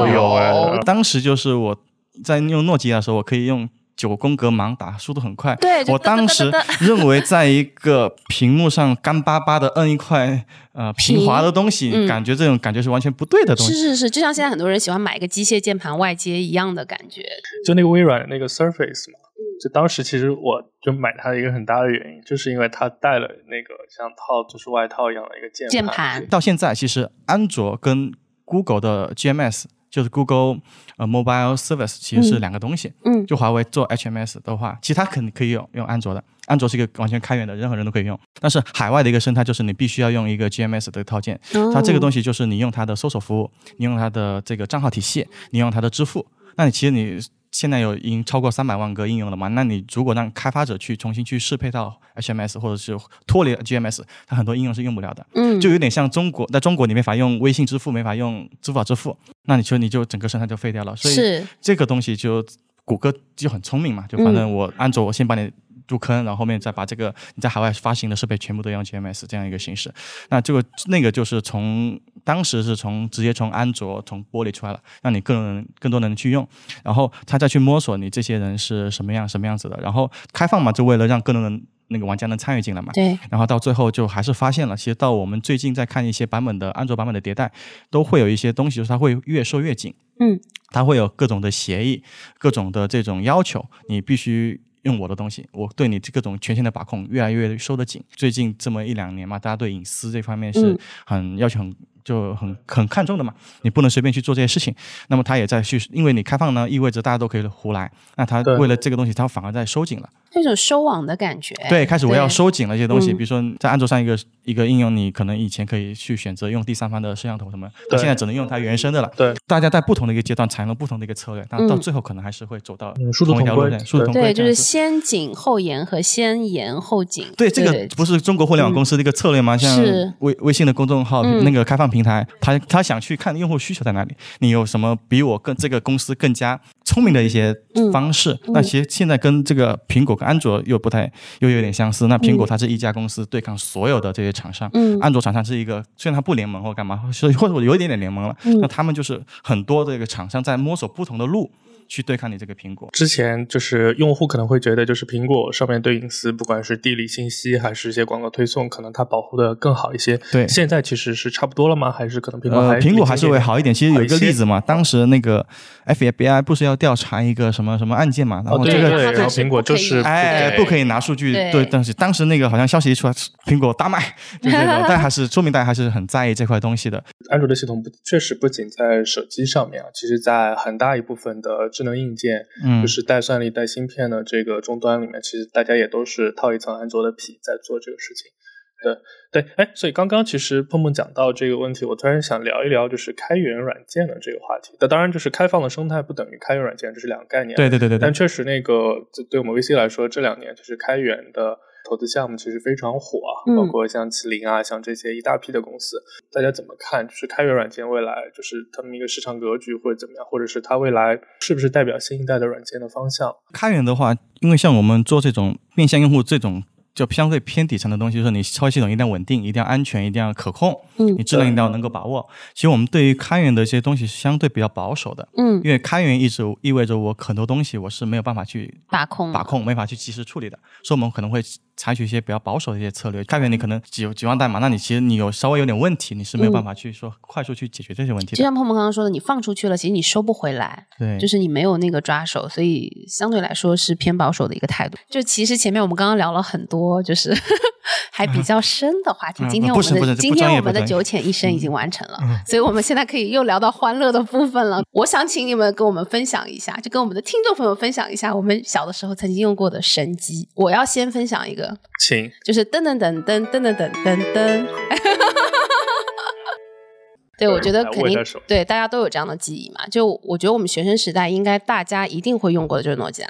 S2: 我有哎
S1: 有，
S3: 当时就是我在用诺基亚的时候，我可以用九宫格盲打，速度很快。
S1: 对就
S3: 我当时
S1: 哒哒哒
S3: 认为在一个屏幕上干巴巴的摁一块呃平滑的东西，
S1: 嗯
S3: 感觉这种感觉是完全不对的东
S1: 是
S3: 西。
S1: 是是，就像现在很多人喜欢买一个机械键盘外接一样的感觉。
S2: 就那个微软那个 Surface 嘛，就当时其实我就买它的一个很大的原因，就是因为它带了那个像套就是外套一样的一个键
S1: 键盘
S3: 到现在，其实安卓跟 Google 的 GMS 就是 Google 呃 Mobile Service 其实是两个东西。
S1: 嗯
S3: 就华为做 HMS 的话，其实它肯定可以用用安卓的，安卓是一个完全开源的，任何人都可以用。但是海外的一个生态就是你必须要用一个 GMS 的套件，它这个
S1: 哦
S3: 东西就是你用它的搜索服务，你用它的这个账号体系，你用它的支付，那你其实你。现在有已经超过三百万个应用了嘛？那你如果让开发者去重新去适配到 HMS 或者是脱离 GMS，它很多应用是用不了的。
S1: 嗯，
S3: 就有点像中国，在中国你没法用微信支付，没法用支付宝支付，那你就你就整个生态就废掉了。所以
S1: 是
S3: 这个东西就谷歌就很聪明嘛，就反正我安卓我先把你入坑，然后后面再把这个你在海外发行的设备全部都用 GMS 这样一个形式。那这个那个就是从当时是从直接从安卓从剥离出来了，让你更人更多人去用，然后他再去摸索你这些人是什么样什么样子的，然后开放嘛，就为了让更多人。那个玩家能参与进来嘛？
S1: 对，
S3: 然后到最后就还是发现了，其实到我们最近在看一些版本的安卓版本的迭代，都会有一些东西，就是它会越收越紧。
S1: 嗯，
S3: 它会有各种的协议，各种的这种要求，你必须。用我的东西，我对你这各种权限的把控越来越收得紧。最近这么一两年嘛，大家对隐私这方面是
S1: 嗯
S3: 很要求很就很很看重的嘛，你不能随便去做这些事情。那么他也在去，因为你开放呢，意味着大家都可以胡来。那他
S2: 对
S3: 为了这个东西，他反而在收紧了。
S1: 那种收网的感觉。
S3: 对，开始我要
S1: 对
S3: 收紧了一些东西，
S1: 嗯
S3: 比如说在安卓上一个一个应用，你可能以前可以去选择用第三方的摄像头什么，但
S2: 对
S3: 现在只能用它原生的了。
S2: 对，
S3: 大家在不同的一个阶段采用了不同的一个策略，但到
S1: 嗯
S3: 最后可能还是会走到
S2: 嗯殊途
S3: 同一条
S2: 同
S3: 路
S2: 归
S3: 线，殊
S2: 对
S3: 途同归
S1: 对，
S3: 这
S1: 就是
S3: 样子。
S1: 先紧后严和先严后紧。
S3: 对，这个不是中国互联网公司的一个策略吗？像
S1: 嗯是
S3: 微微信的公众号、
S1: 嗯
S3: 那个开放平台，他他想去看用户需求在哪里，你有什么比我更这个公司更加聪明的一些
S1: 嗯
S3: 方式？那其实现在跟这个苹果跟安卓又不太又有点相似。那苹果它是一家公司对抗所有的这些厂商，
S1: 嗯
S3: 安卓厂商是一个虽然它不联盟或干嘛，所以或者有一点点联盟了，
S1: 嗯
S3: 那他们就是很多这个厂商在摸索不同的路去对抗你这个苹果。
S2: 之前就是用户可能会觉得，就是苹果上面对隐私，不管是地理信息还是一些广告推送，可能它保护的更好一些。
S3: 对
S2: 现在其实是差不多了吗？还是可能苹果还、
S3: 呃，苹果还是会好一点。其实有一个例子
S2: 嘛，
S3: 嘛，当时那个 FBI 不是要调查一个什么什么案件嘛，然
S2: 哦
S3: 后
S2: 对
S3: 这
S2: 对
S3: 个。
S1: 它
S2: 对，
S1: 还
S2: 然后
S1: 是
S2: 苹
S1: 不
S2: 果就
S1: 可以
S2: 是
S3: 哎，不可以拿数据
S1: 对
S3: 对，但是当时那个好像消息一出来，苹 果大卖，就这种，但还是说明大家还是很在意这块东西的。
S2: 安卓的系统不确实不仅在手机上面啊，其实在很大一部分的智能硬件，
S3: 嗯
S2: 就是带算力、带芯片的这个终端里面，其实大家也都是套一层安卓的皮在做这个事情。对对，哎，所以刚刚其实碰碰讲到这个问题，我突然想聊一聊就是开源软件的这个话题。那当然，就是开放的生态不等于开源软件，这是两个概念。啊
S3: 对对对对
S2: 但
S3: 对，
S2: 确实，那个就对我们 VC 来说，这两年就是开源的投资项目其实非常火啊，
S1: 嗯
S2: 包括像麒麟啊，像这些一大批的公司，大家怎么看？就是开源软件未来就是他们一个市场格局会怎么样，或者是它未来是不是代表新一代的软件的方向？
S3: 开源的话，因为像我们做这种面向用户这种。就相对偏底层的东西，就是你操作系统一定要稳定，一定要安全，一定要可控，
S1: 嗯
S3: 你质量一定要能够把握。其实我们对于开源的一些东西是相对比较保守的，
S1: 嗯
S3: 因为开源意直意味着我很多东西我是没有办法去
S1: 把控
S3: 把控，没法去及时处理的，所以我们可能会采取一些比较保守的一些策略。开源你可能几几万代码，那你其实你有稍微有点问题，你是没有办法去说快速去解决这些问题
S1: 嗯就
S3: 的。
S1: 像碰碰刚刚说的，你放出去了，其实你收不回来，
S3: 对，
S1: 就是你没有那个抓手，所以相对来说是偏保守的一个态度。就其实前面我们刚刚聊了很多，就是 还比较深的话题。
S3: 啊
S1: 今天
S3: 嗯不
S1: 我
S3: 是
S1: 们的
S3: 不是
S1: 今
S3: 不专
S1: 天
S3: 业
S1: 我们的
S3: 不专业嗯
S1: 九浅一深已经完成了，所以我们现在可以又聊到欢乐的部分了。我想请你们跟我们分享一下，就跟我们的听众朋友分享一下我们小的时候曾经用过的神机。我要先分享一个，
S2: 请
S1: 就是噔噔噔噔噔噔噔噔噔。 对，我觉得
S2: 来
S1: 肯
S2: 哎握一
S1: 定
S2: 下手
S1: 对大家都有这样的记忆嘛。就我觉得我们学生时代应该大家一定会用过的就是诺基亚，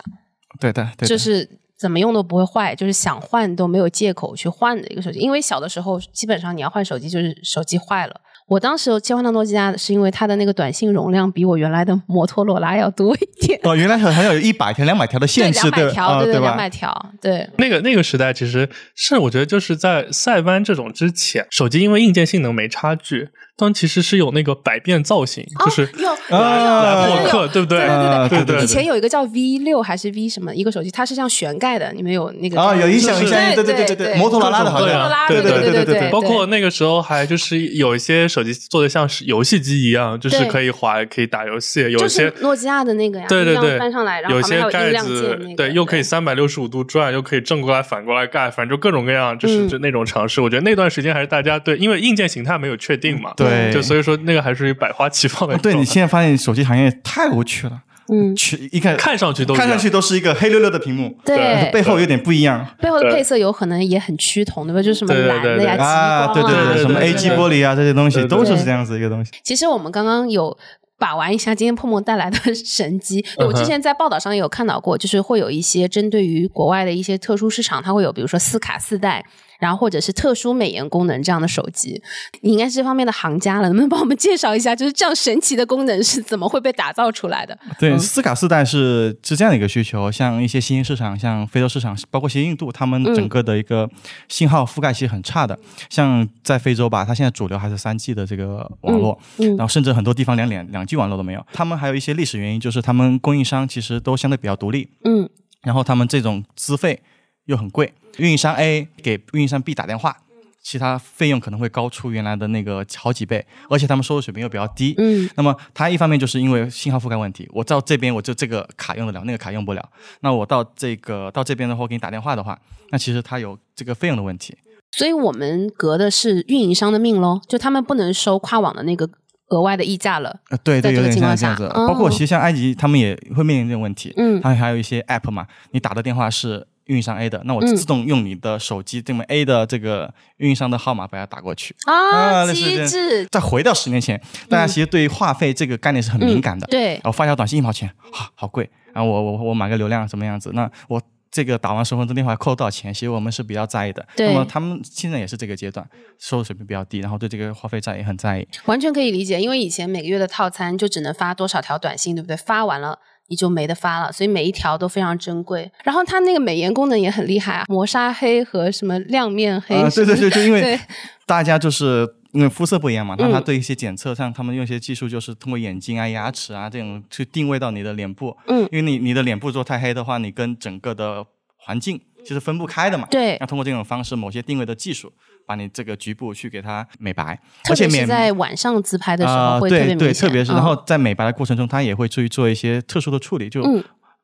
S3: 对的，对的，
S1: 就是怎么用都不会坏，就是想换都没有借口去换的一个手机。因为小的时候，基本上你要换手机就是手机坏了。我当时切换到诺基亚是因为它的那个短信容量比我原来的摩托罗拉要多一点，
S3: 哦，原来好像有一百条、两百条的限制，
S1: 两
S3: 对
S1: 百
S3: 吧
S1: 条，
S3: 啊
S1: 对
S3: 对
S1: 两
S3: 吧？
S1: 百条，对。
S2: 那个那个时代，其实是我觉得就是在塞班这种之前，手机因为硬件性能没差距，但其实是有那个百变造型，就是
S1: 有
S3: 啊
S2: 来破克，对不对？
S3: 啊
S2: 对
S3: 对
S2: 对
S1: 以前有一个叫 V 六还是 V 什么一个手机，它是像悬盖的，你们有那个
S3: 啊，有
S1: 印
S3: 印
S1: 象
S3: 象，
S1: 印
S3: 印
S1: 象
S3: 象，
S1: 对
S3: 对
S1: 对
S3: 对
S1: 对
S3: 对
S1: 对
S3: 摩托罗拉的好
S2: 对
S3: 像
S2: 啊，
S3: 对
S2: 对
S3: 对
S1: 对
S3: 对
S1: 对
S3: 对，
S2: 包括那个时候还就是有一些手机做的像是游戏机一样，就是
S1: 对
S2: 可以滑，可以打游戏，有
S1: 就
S2: 一些
S1: 是诺基亚的那个呀，
S2: 对对
S1: 这样
S2: 对，
S1: 翻上来，然后
S2: 有
S1: 旁边
S2: 些
S1: 还有音
S2: 盖
S1: 量
S2: 子
S1: 键那个，
S2: 对，又可以三百六十五度转，又可以正过来、反过来盖，反正就各种各样，就是
S1: 嗯
S2: 就那种尝试。我觉得那段时间还是大家对，因为硬件形态没有确定嘛，
S3: 对
S2: 嗯
S3: 啊
S2: 就所以说那个还是百花齐放的一种。
S3: 对你现在发现手机行业太无趣了，
S1: 嗯，
S3: 去一看
S2: 看上去都一
S3: 看
S2: 样
S3: 上去都是一个黑溜溜的屏幕，
S1: 对，
S3: 背后有点不一样
S1: 背后的
S2: 对
S1: 配色有可能也很趋同，对吧？就是什么
S2: 对对
S1: 蓝的呀、
S2: 对
S1: 极光
S3: 啊，对
S2: 对
S3: 对，
S2: 对
S3: 什么
S2: 对
S3: A G 玻璃啊这些东西
S2: 对对嗯
S3: 都是
S1: 对
S3: 这样子一个东西。
S1: 其实我们刚刚有把玩一下今天碰碰带来的 神机。对
S3: 嗯
S1: 我之前在报道上也有看到过，就是会有一些针对于国外的一些特殊市场，它会有比如说四卡四代。然后或者是特殊美颜功能这样的手机，你应该是这方面的行家了，能不能帮我们介绍一下，就是这样神奇的功能是怎么会被打造出来的？
S3: 对，
S1: 嗯
S3: 斯卡四代是是这样的一个需求，像一些新兴市场，像非洲市场，包括一些印度，他们
S1: 嗯
S3: 整个的一个信号覆盖其实很差的。像在非洲吧，它现在主流还是三 G 的这个网络，
S1: 嗯
S3: 然后甚至很多地方连两两 G 网络都没有。他们还有一些历史原因，就是他们供应商其实都相对比较独立，
S1: 嗯
S3: 然后他们这种资费又很贵，运营商 A 给运营商 B 打电话，其他费用可能会高出原来的那个好几倍，而且他们收入水平又比较低。
S1: 嗯
S3: 那么它一方面就是因为信号覆盖问题，我到这边我就这个卡用得了，那个卡用不了。那我到这个到这边的话，我给你打电话的话，那其实它有这个费用的问题。
S1: 所以我们革的是运营商的命喽，就他们不能收跨网的那个额外的溢价了。
S3: 呃，对
S1: 在这
S3: 对，有
S1: 个
S3: 点
S1: 情况
S3: 像这样
S1: 下
S3: 子。
S1: 哦
S3: 包括其实像埃及，他们也会面临这种问题。
S1: 嗯
S3: 还有还有一些 app 嘛，你打的电话是运营商 A 的，那我
S1: 嗯
S3: 自动用你的手机这么 A 的这个运营商的号码把它打过去。
S1: 啊，
S3: 啊类似
S1: 机
S3: 这样
S1: 智，
S3: 再回到十年前，大家其实对于话费这个概念是很敏感的。
S1: 嗯对
S3: 然后发条短信一毛钱，啊，好贵。然后我我我买个流量怎么样子？那我这个打完十分钟电话扣多少钱？其实我们是比较在意的。
S1: 对
S3: 那么他们现在也是这个阶段，收入水平比较低，然后对这个话费在也很在意。
S1: 完全可以理解，因为以前每个月的套餐就只能发多少条短信，对不对？发完了。你就没得发了，所以每一条都非常珍贵。然后它那个美颜功能也很厉害啊，磨砂黑和什么亮面 黑
S3: 啊，
S1: 什么
S3: 对
S1: 的、
S3: 对对，就因为
S1: 对
S3: 大家就是。因为肤色不一样嘛，那
S1: 嗯
S3: 他对一些检测上，他们用一些技术，就是通过眼睛啊、牙齿啊这种去定位到你的脸部。
S1: 嗯
S3: 因为你你的脸部做太黑的话，你跟整个的环境其实分不开的嘛。
S1: 对
S3: 那通过这种方式，某些定位的技术，把你这个局部去给它美白，
S1: 特
S3: 而且
S1: 别是
S3: 免
S1: 在晚上自拍的时
S3: 啊
S1: 候会特别
S3: 对
S1: 明显，
S3: 对，特别是
S1: 嗯
S3: 然后在美白的过程中，它也会去做一些特殊的处理，就
S1: 嗯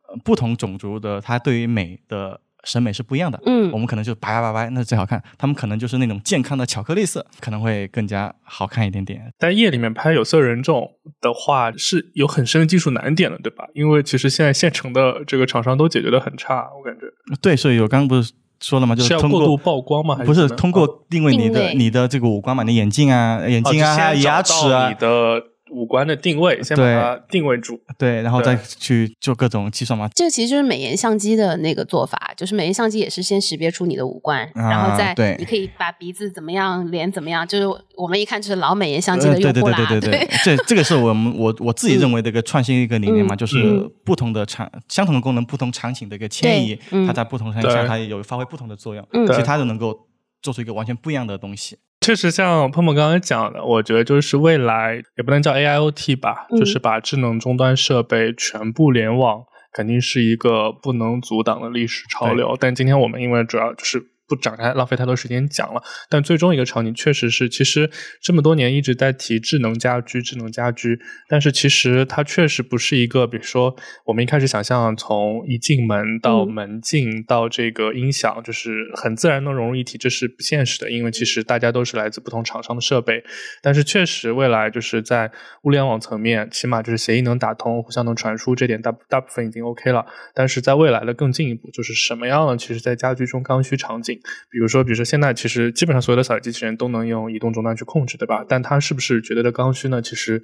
S3: 呃不同种族的它对于美的审美是不一样的。
S1: 嗯
S3: 我们可能就白白白白那最好看，他们可能就是那种健康的巧克力色，可能会更加好看一点点。
S2: 在夜里面拍有色人种的话，是有很深的技术难点的，对吧？因为其实现在现成的这个厂商都解决的很差，我感觉
S3: 对，所以我刚刚不是说了吗？就是
S2: 要
S3: 通过
S2: 过度曝光吗还是
S3: 不是
S2: 怎么样
S3: 通过定位你
S1: 哦定
S3: 的
S1: 位
S3: 你的这个五官嘛，你眼睛啊、眼睛
S2: 哦
S3: 啊、
S2: 就先
S3: 牙
S2: 找
S3: 齿
S2: 到
S3: 啊
S2: 你，的五官的定位，先把
S3: 对
S2: 它定位住。
S3: 对，然后
S2: 对
S3: 再去做各种计算嘛。
S1: 这其实就是美颜相机的那个做法，就是美颜相机也是先识别出你的五官，然后再
S3: 啊对
S1: 你可以把鼻子怎么样，脸怎么样，就是我们一看就是老美颜相机
S3: 呃
S1: 的
S3: 对对
S1: 用户
S3: 对
S1: 啦，
S3: 对对对， 这这个是我们我我自己认为的一个创新一个理
S1: 嗯
S3: 念嘛，就是不同的场相同的功能、不同场景的一个迁移
S1: 对，嗯
S3: 它在不同场景下
S2: 对
S3: 它也有发挥不同的作用，
S1: 嗯
S3: 所以它就能够做出一个完全不一样的东西。
S2: 确实，像碰碰刚刚讲的，我觉得就是未来也不能叫 AIoT 吧，
S1: 嗯
S2: 就是把智能终端设备全部联网，肯定是一个不能阻挡的历史潮流。但今天我们因为主要就是。不展开浪费太多时间讲了，但最终一个场景确实是，其实这么多年一直在提智能家居，智能家居，但是其实它确实不是一个，比如说我们一开始想象从一进门到
S1: 嗯
S2: 门禁到这个音响，就是很自然能融入一体，这是不现实的，因为其实大家都是来自不同厂商的设备。但是确实，未来就是在物联网层面，起码就是协议能打通，互相能传输，这点大大部分已经 OK 了。但是在未来的更进一步，就是什么样的，其实在家居中刚需场景，比如说，比如说现在其实基本上所有的扫地机器人都能用移动终端去控制，对吧？但它是不是绝对的刚需呢？其实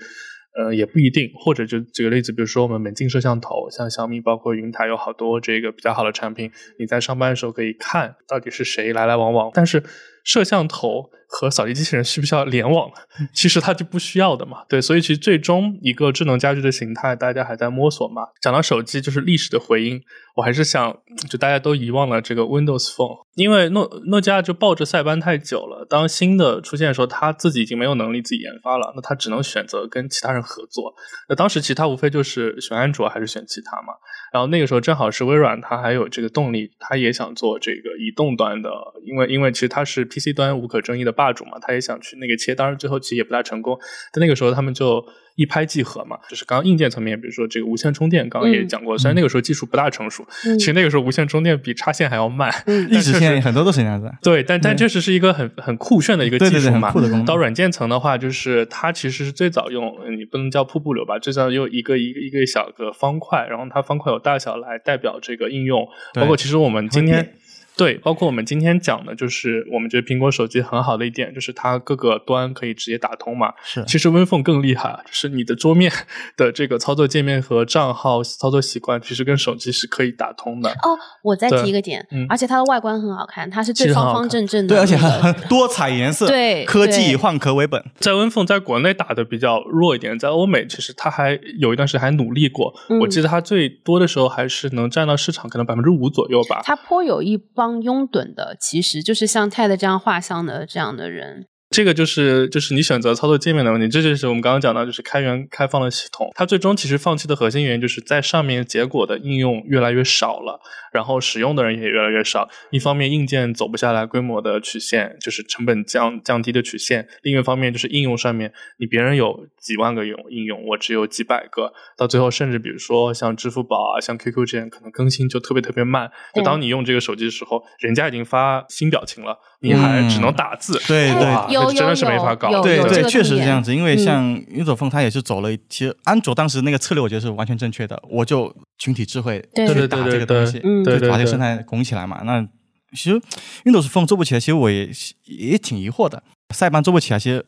S2: 呃，也不一定，或者就举个例子，比如说我们门禁摄像头，像小米，包括云台有好多这个比较好的产品，你在上班的时候可以看到底是谁来来往往。但是摄像头和扫地机器人需不需要联网？ 其实它就不需要的嘛。对，所以其实最终一个智能家居的形态，大家还在摸索嘛。讲到手机，就是历史的回音，我还是想就大家都遗忘了这个 Windows Phone，因为诺诺基亚就抱着塞班太久了，当新的出现的时候，它自己已经没有能力自己研发了，那它只能选择跟其他人合作。那当时其他无非就是选安卓还是选其他嘛。然后那个时候正好是微软，它还有这个动力，它也想做这个移动端的，因为因为其实它是 PC 端无可争议的霸主嘛，它也想去那个切，当然最后其实也不大成功。但那个时候他们就一拍即合嘛，就是刚刚硬件层面，比如说这个无线充电，刚刚也讲过，虽然那个时候技术不大成熟，
S1: 嗯
S2: 其实那个时候无线充电比插线还要慢，
S3: 一直现在很多都是这样子。
S2: 对，但但确实是一个很很酷炫的一个
S3: 对
S2: 技
S3: 对
S2: 术
S3: 对，很
S2: 嘛。
S3: 酷的功
S2: 到
S3: 能。
S2: 软件层的话，就是它其实是最早用，呃你不能叫瀑布流吧，最早用一个一个一个小个方块，然后它方块有大小来代表这个应用。
S3: 对
S2: 包括其实我们今
S3: 会
S2: 天
S3: 变
S2: 对，包括我们今天讲的，就是我们觉得苹果手机很好的一点，就是它各个端可以直接打通嘛。
S3: 是
S2: 其实 WinPhone 更厉害，啊就是你的桌面 的这个操作界面和账号操作习惯，其实跟手机是可以打通的。
S1: 哦，我再
S2: 对
S1: 提一个点
S2: 嗯，
S1: 而且它的外观很好看，它是
S2: 其
S1: 最
S2: 实很好
S1: 方方
S2: 看
S1: 正正的
S3: 对，
S1: 那
S3: 而
S1: 个，
S3: 且很很 多彩颜色。
S1: 对
S3: 科技以
S1: 对
S3: 换壳为本。
S2: 在 WinPhone 在国内打的比较弱一点，在欧美其实它还有一段时间还努力过，
S1: 嗯
S2: 我记得它最多的时候还是能占到市场可能百分之五左右吧。
S1: 他颇有一帮拥趸的，其实就是像泰的这样画像的这样的人，
S2: 这个就是就是你选择操作界面的问题，这就是我们刚刚讲到就是开源开放的系统，它最终其实放弃的核心原因就是在上面结果的应用越来越少了，然后使用的人也越来越少。一方面硬件走不下来规模的曲线，就是成本降降低的曲线；另一方面就是应用上面，你别人有几万个应用应用，我只有几百个，到最后甚至比如说像支付宝啊、像 QQ 这样，可能更新就特别特别慢。就
S1: 对
S2: 当你用这个手机的时候，人家已经发新表情了，你还只能打字。
S3: 对对
S2: 哇
S1: 有
S2: 这真的
S1: 有
S2: 是没
S1: 有
S2: 法搞
S1: 有
S2: 对
S3: 对
S1: 有这
S3: 对，
S1: 个
S3: 确实是
S1: 重
S3: 这样
S1: 点
S3: 子，因为
S1: 嗯
S3: 像云左风，它也是走了，其实安卓当时那个策略，我觉得是完全正确的，我就群体智慧
S1: 对
S3: 去打这个东西，
S1: 嗯
S2: 对
S3: 就
S2: 对
S3: 把这
S2: 对
S3: 个生态拱起来嘛。那其实运动是风做不起来，其实我也也挺疑惑的。塞班做不起来，其实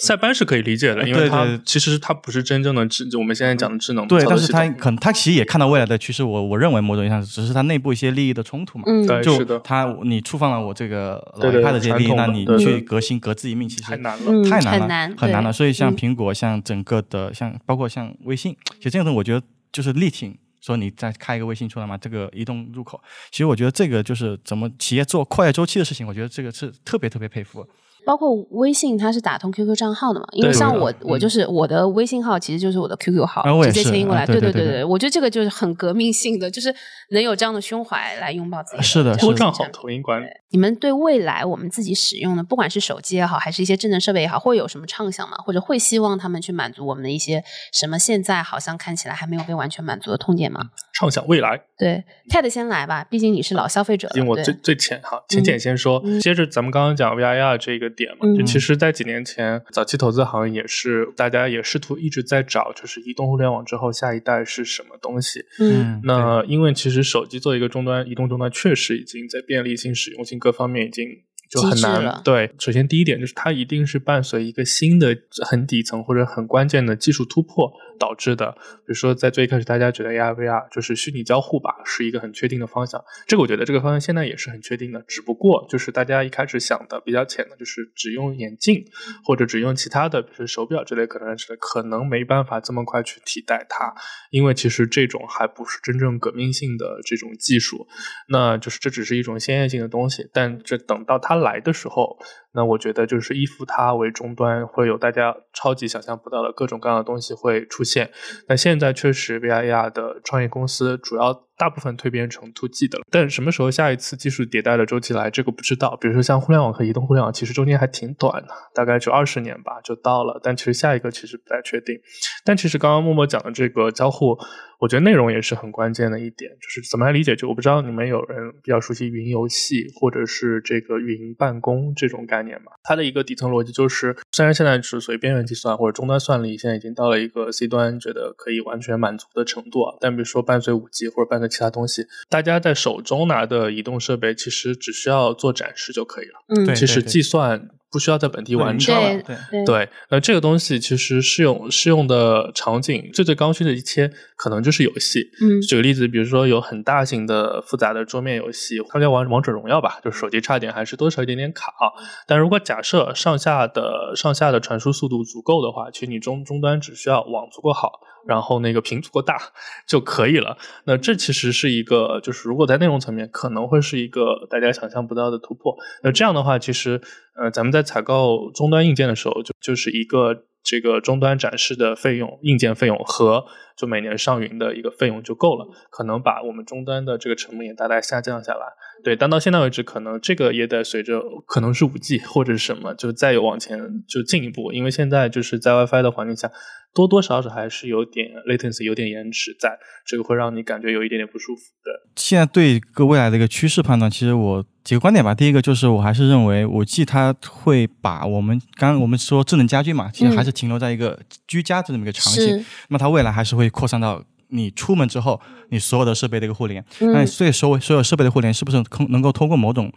S2: 塞班是可以理解的，
S3: 呃
S2: 因为
S3: 对
S2: 它
S3: 对
S2: 其实它不是真正的智，就我们现在讲的智能
S3: 对，
S2: 操
S3: 但
S2: 作
S3: 是
S2: 系
S3: 他
S2: 统。
S3: 可能他其实也看到未来的趋势，我我认为某种意义上只是他内部一些利益的冲突嘛。
S1: 嗯，
S2: 对是
S3: 就
S2: 的
S3: 他你触犯了我这个老
S2: 对
S3: 一
S2: 对
S3: 派的这些利益，
S2: 传
S3: 那
S2: 统的
S3: 你
S2: 对
S3: 去
S2: 对
S3: 革新革自己命，其实
S2: 太难了。
S1: 嗯
S3: 太
S1: 很
S3: 难了，
S1: 难
S3: 很难了。所以像
S1: 嗯
S3: 苹果、像整个的、像包括像微信，其实这种东西我觉得就是力挺。说你再开一个微信出来嘛，这个移动入口，其实我觉得这个就是怎么企业做跨越周期的事情，我觉得这个是特别特别佩服。
S1: 包括微信，它是打通 QQ 账号的嘛？因为
S2: 对
S1: 像
S2: 对
S1: 我，
S2: 对
S1: 我就是我的微信号，其实就是我的 QQ 号，
S3: 嗯啊我也
S1: 直接
S3: 是
S1: 迁移过来。
S3: 啊对
S1: 对
S3: 对对
S1: 对，我觉得这个就是很革命性的，就是能有这样的胸怀来拥抱自己。
S3: 是的
S1: 这样
S3: 是
S2: 多
S3: 的
S2: 账号投影管理，
S1: 你们对未来我们自己使用的，不管是手机也好，还是一些智能设备也好，会有什么畅想吗？或者会希望他们去满足我们的一些什么现在好像看起来还没有被完全满足的痛点
S3: 嗯
S1: 吗？
S2: 畅想未来。
S1: 对，TED 先来吧，毕竟你是老消费者了。
S2: 因为我
S1: 嗯对
S2: 最最浅哈，浅浅先说，接着咱们刚刚讲 VIR 这个点嘛，
S1: 嗯
S2: 就其实，在几年前，早期投资行业也是大家也试图一直在找，就是移动互联网之后下一代是什么东西。
S1: 嗯
S2: 那因为其实手机作为一个终端，移动终端确实已经在便利性、使用性各方面已经就很
S1: 极致
S2: 难
S1: 了。
S2: 对，首先第一点就是它一定是伴随一个新的很底层或者很关键的技术突破导致的。比如说在最一开始，大家觉得 AR、VR 就是虚拟交互吧，是一个很确定的方向。这个我觉得这个方向现在也是很确定的，只不过就是大家一开始想的比较浅的，就是只用眼镜或者只用其他的，比如说手表之类可能是可能没办法这么快去替代它。因为其实这种还不是真正革命性的这种技术，那就是这只是一种鲜艳性的东西，但这等到它来的时候，那我觉得就是依附它为终端，会有大家超级想象不到的各种各样的东西会出现。那现在确实 VIR 的创业公司主要大部分蜕变成 to G 的了，但什么时候下一次技术迭代的周期来，这个不知道。比如说像互联网和移动互联网，其实中间还挺短的，大概就二十年吧就到了，但其实下一个其实不太确定。但其实刚刚默默讲的这个交互，我觉得内容也是很关键的一点，就是怎么来理解？就我不知道你们有人比较熟悉云游戏或者是这个云办公这种概念嘛？它的一个底层逻辑就是，虽然现在是属于边缘计算或者终端算力，现在已经到了一个 C 端觉得可以完全满足的程度啊，但比如说伴随五 G 或者伴随其他东西，大家在手中拿的移动设备其实只需要做展示就可以了。
S1: 嗯
S3: 对
S2: 其实计算不需要在本地
S3: 嗯对
S2: 完
S3: 营
S2: 成
S3: 销
S2: 了。
S3: 了，
S1: 对对
S3: 对。
S2: 对，那这个东西其实适用适用的场景最最刚需的一切，可能就是游戏。
S1: 嗯
S2: 举个例子，比如说有很大型的复杂的桌面游戏，他们叫王王者荣耀吧，就是手机差一点还是多少有一点点卡。但如果假设上下的上下的传输速度足够的话，其实你终终端只需要网足够好，然后那个屏足够大就可以了。那这其实是一个，就是如果在内容层面，可能会是一个大家想象不到的突破。那这样的话，其实呃，咱们在采购终端硬件的时候，就就是一个这个终端展示的费用、硬件费用和就每年上云的一个费用就够了，可能把我们终端的这个成本也大大下降下来。对，但到现在为止，可能这个也得随着可能是五 G 或者是什么，就再有往前就进一步，因为现在就是在 WiFi 的环境下，多多少少还是有点 latency，有点延迟在，这个会让你感觉有一点点不舒服的。
S3: 现在对一个未来的一个趋势判断，其实我几个观点吧。第一个就是，我还是认为五 G 它会把我们刚刚我们说智能家居嘛，其实还是停留在一个居家的这么一个场景。
S1: 嗯是
S3: 那它未来还是会扩散到你出门之后，你所有的设备的一个互联。
S1: 嗯
S3: 那所以所所有设备的互联是不是能能够通过某种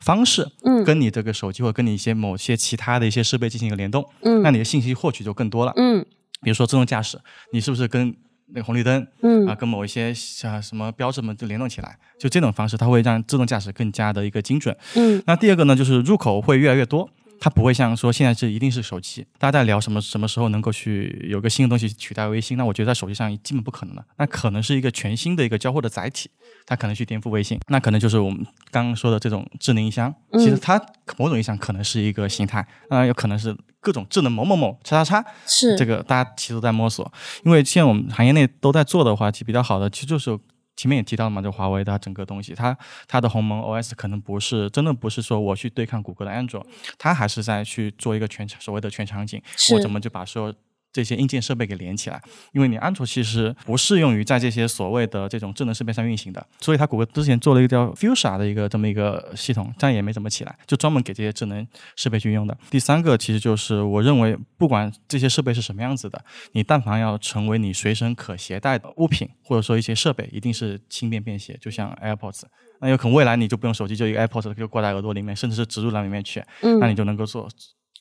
S3: 方式，
S1: 嗯
S3: 跟你这个手机或者跟你一些某些其他的一些设备进行一个联动？
S1: 嗯
S3: 那你的信息获取就更多了。
S1: 嗯
S3: 比如说自动驾驶，你是不是跟那个红绿灯？
S1: 嗯
S3: 啊，跟某一些像什么标志们就联动起来，就这种方式，它会让自动驾驶更加的一个精准。
S1: 嗯
S3: 那第二个呢，就是入口会越来越多，它不会像说现在是一定是手机，大家在聊什么什么时候能够去有个新的东西取代微信，那我觉得在手机上基本不可能了，那可能是一个全新的一个交互的载体，它可能去颠覆微信，那可能就是我们刚刚说的这种智能音箱，其实它某种意义上可能是一个形态，啊、有可能是各种智能某某某叉叉叉，
S1: 是
S3: 这个大家其实都在摸索，因为现在我们行业内都在做的话，其实比较好的其实就是前面也提到了嘛，就华为它整个东西，它它的鸿蒙 OS 可能不是真的不是说我去对抗谷歌的安卓，它还是在去做一个全所谓的全场景，
S1: 是
S3: 我怎么就把所有。这些硬件设备给连起来，因为你安卓其实不适用于在这些所谓的这种智能设备上运行的，所以它谷歌之前做了一个叫 Fuchsia 的一个这么一个系统，但也没怎么起来，就专门给这些智能设备去用的。第三个其实就是我认为，不管这些设备是什么样子的，你但凡要成为你随身可携带的物品，或者说一些设备，一定是轻便便携，就像 AirPods。那有可能未来你就不用手机，就一个 AirPods 就挂在耳朵里面，甚至是植入到里面去，
S1: 嗯
S3: 那你就能够做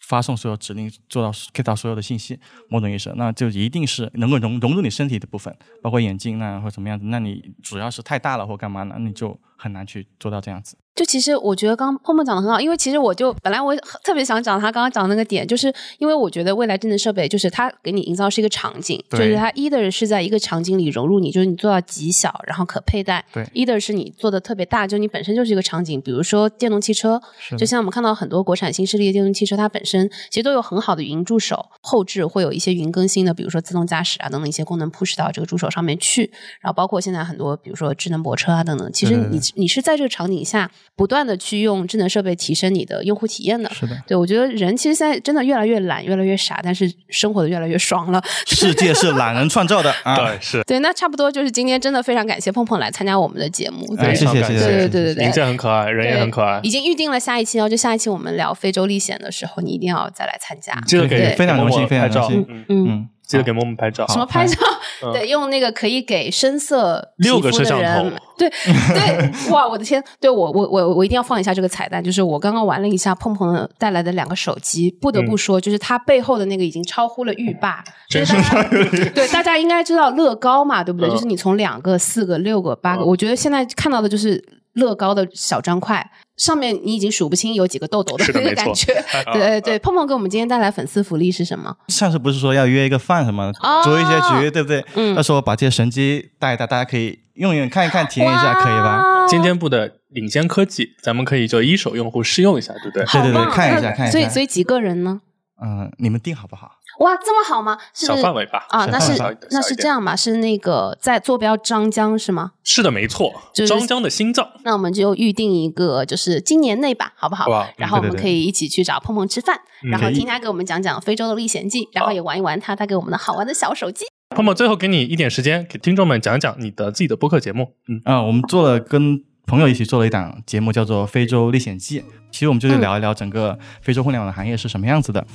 S3: 发送所有指令，做到 get 到所有的信息，某种意思，那就一定是能够融融入你身体的部分，包括眼睛啊或怎么样子。那你主要是太大了或干嘛呢，那你就很难去做到这样子。
S1: 就其实我觉得刚刚碰碰讲的很好，因为其实我就本来我很特别想讲他刚刚讲的那个点，就是因为我觉得未来智能设备就是它给你营造是一个场景，就
S3: 对
S1: 是它 either 是在一个场景里融入你，就是你做到极小，然后可佩戴；
S3: 对
S1: ，either 是你做的特别大，就你本身就是一个场景，比如说电动汽车，
S3: 是
S1: 就像我们看到很多国产新势力的电动汽车，它本身其实都有很好的云助手，后置会有一些云更新的，比如说自动驾驶啊等等一些功能 push 到这个助手上面去。然后包括现在很多，比如说智能泊车啊等等，其实
S3: 对对
S1: 你你是在这个场景下不断的去用智能设备提升你的用户体验的。
S3: 是的，
S1: 对，我觉得人其实现在真的越来越懒，越来越傻，但是生活的越来越爽了。
S3: 世界是懒人创造的啊！
S2: 对，是
S1: 对，那差不多就是今天真的非常感谢碰碰来参加我们的节目。
S3: 哎，
S1: 对
S3: 谢谢谢谢，谢
S1: 对对
S3: 谢
S1: 对对
S2: 零件很可爱，人也很可爱
S1: 已。经预定了下一期哦，就下一期我们聊非洲历险的时候，你一定要再来参加。
S2: 记得
S1: 对
S2: 给
S3: 非常
S2: 给
S3: 荣
S2: 默
S3: 幸
S2: 默
S3: 非常
S2: 拍照
S3: 荣幸
S2: 嗯，
S1: 嗯，
S3: 嗯，
S2: 记得给默默拍照。
S1: 什么拍照？
S2: 嗯
S1: 对，用那个可以给深色皮
S2: 六
S1: 肤
S2: 个摄
S1: 的
S2: 像
S1: 人
S2: 头，
S1: 对对，哇，我的天！对我我我我一定要放一下这个彩蛋，就是我刚刚玩了一下碰碰带来的两个手机，不得不说，就是它背后的那个已经超乎了浴霸，
S2: 嗯 真
S1: 就是大 家对大家应该知道乐高嘛，对不对？
S2: 嗯
S1: 就是你从两个、四个、六个、八个，
S2: 嗯
S1: 我觉得现在看到的就是乐高的小砖块。上面你已经数不清有几个豆豆的
S2: 是的
S1: 那个
S2: 没错啊
S1: 感觉， 对对，碰碰给我们今天带来粉丝福利是什么？
S3: 啊上次不是说要约一个饭什么
S1: 哦，
S3: 组一些局，对不对？
S1: 嗯
S3: 到时候把这些神机带一带，大家可以用一用，看一看，体验一下，可以吧？
S1: 哇
S2: 尖尖部的领先科技，咱们可以就一手用户试用一下，对不对？
S3: 对对对
S1: 好，棒
S3: 看一下
S1: 那
S3: 看一下。
S1: 所以所以几个人呢？
S3: 嗯，你们定好不好？
S1: 哇，这么好吗？是
S2: 小范围吧。
S1: 啊，那是
S2: 小范围
S1: 那是这。样吧？是那个在坐标张江是吗？
S2: 是的，没错
S1: 就，是
S2: 张江的心脏。
S1: 那我们就预定一个，就是今年内吧，好不好？
S2: 好吧嗯
S1: 然后我们
S3: 对对对
S1: 可以一起去找碰碰吃饭，
S2: 嗯
S1: 然后
S3: 可以
S1: 听他给我们讲讲非洲的历险记，然后也玩一玩他带给我们的好玩的小手机。
S2: 泡沫，最后给你一点时间，给听众们讲讲你的自己的播客节目。嗯，
S3: 啊、我们做了跟朋友一起做了一档节目，叫
S4: 嗯
S3: 做《非洲历险记》。其实我们就是聊一聊整个非洲互联网的行业是什么样子的。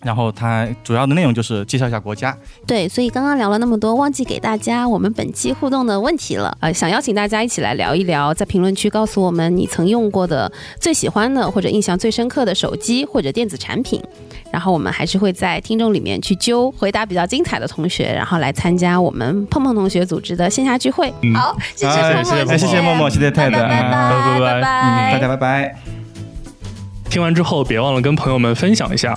S3: 然后它主要的内容就是介绍一下国家，
S4: 对，所以刚刚聊了那么多，忘记给大家我们本期互动的问题了。
S1: 呃，想邀请大家一起来聊一聊，在评论区告诉我们你曾用过的最喜欢的或者印象最深刻的手机或者电子产品，然后我们还是会在听众里面去揪回答比较精彩的同学，然后来参加我们碰碰同学组织的线下聚会。
S4: 好，谢谢默
S3: 哎
S2: 谢谢
S4: 默，
S3: 哎，谢谢默默，谢谢泰
S4: 拜
S3: 德，
S4: 拜拜
S3: 嗯
S4: 拜
S2: 拜拜
S3: 嗯大
S4: 拜
S3: 家拜拜。
S2: 听完之后，别忘了跟朋友们分享一下。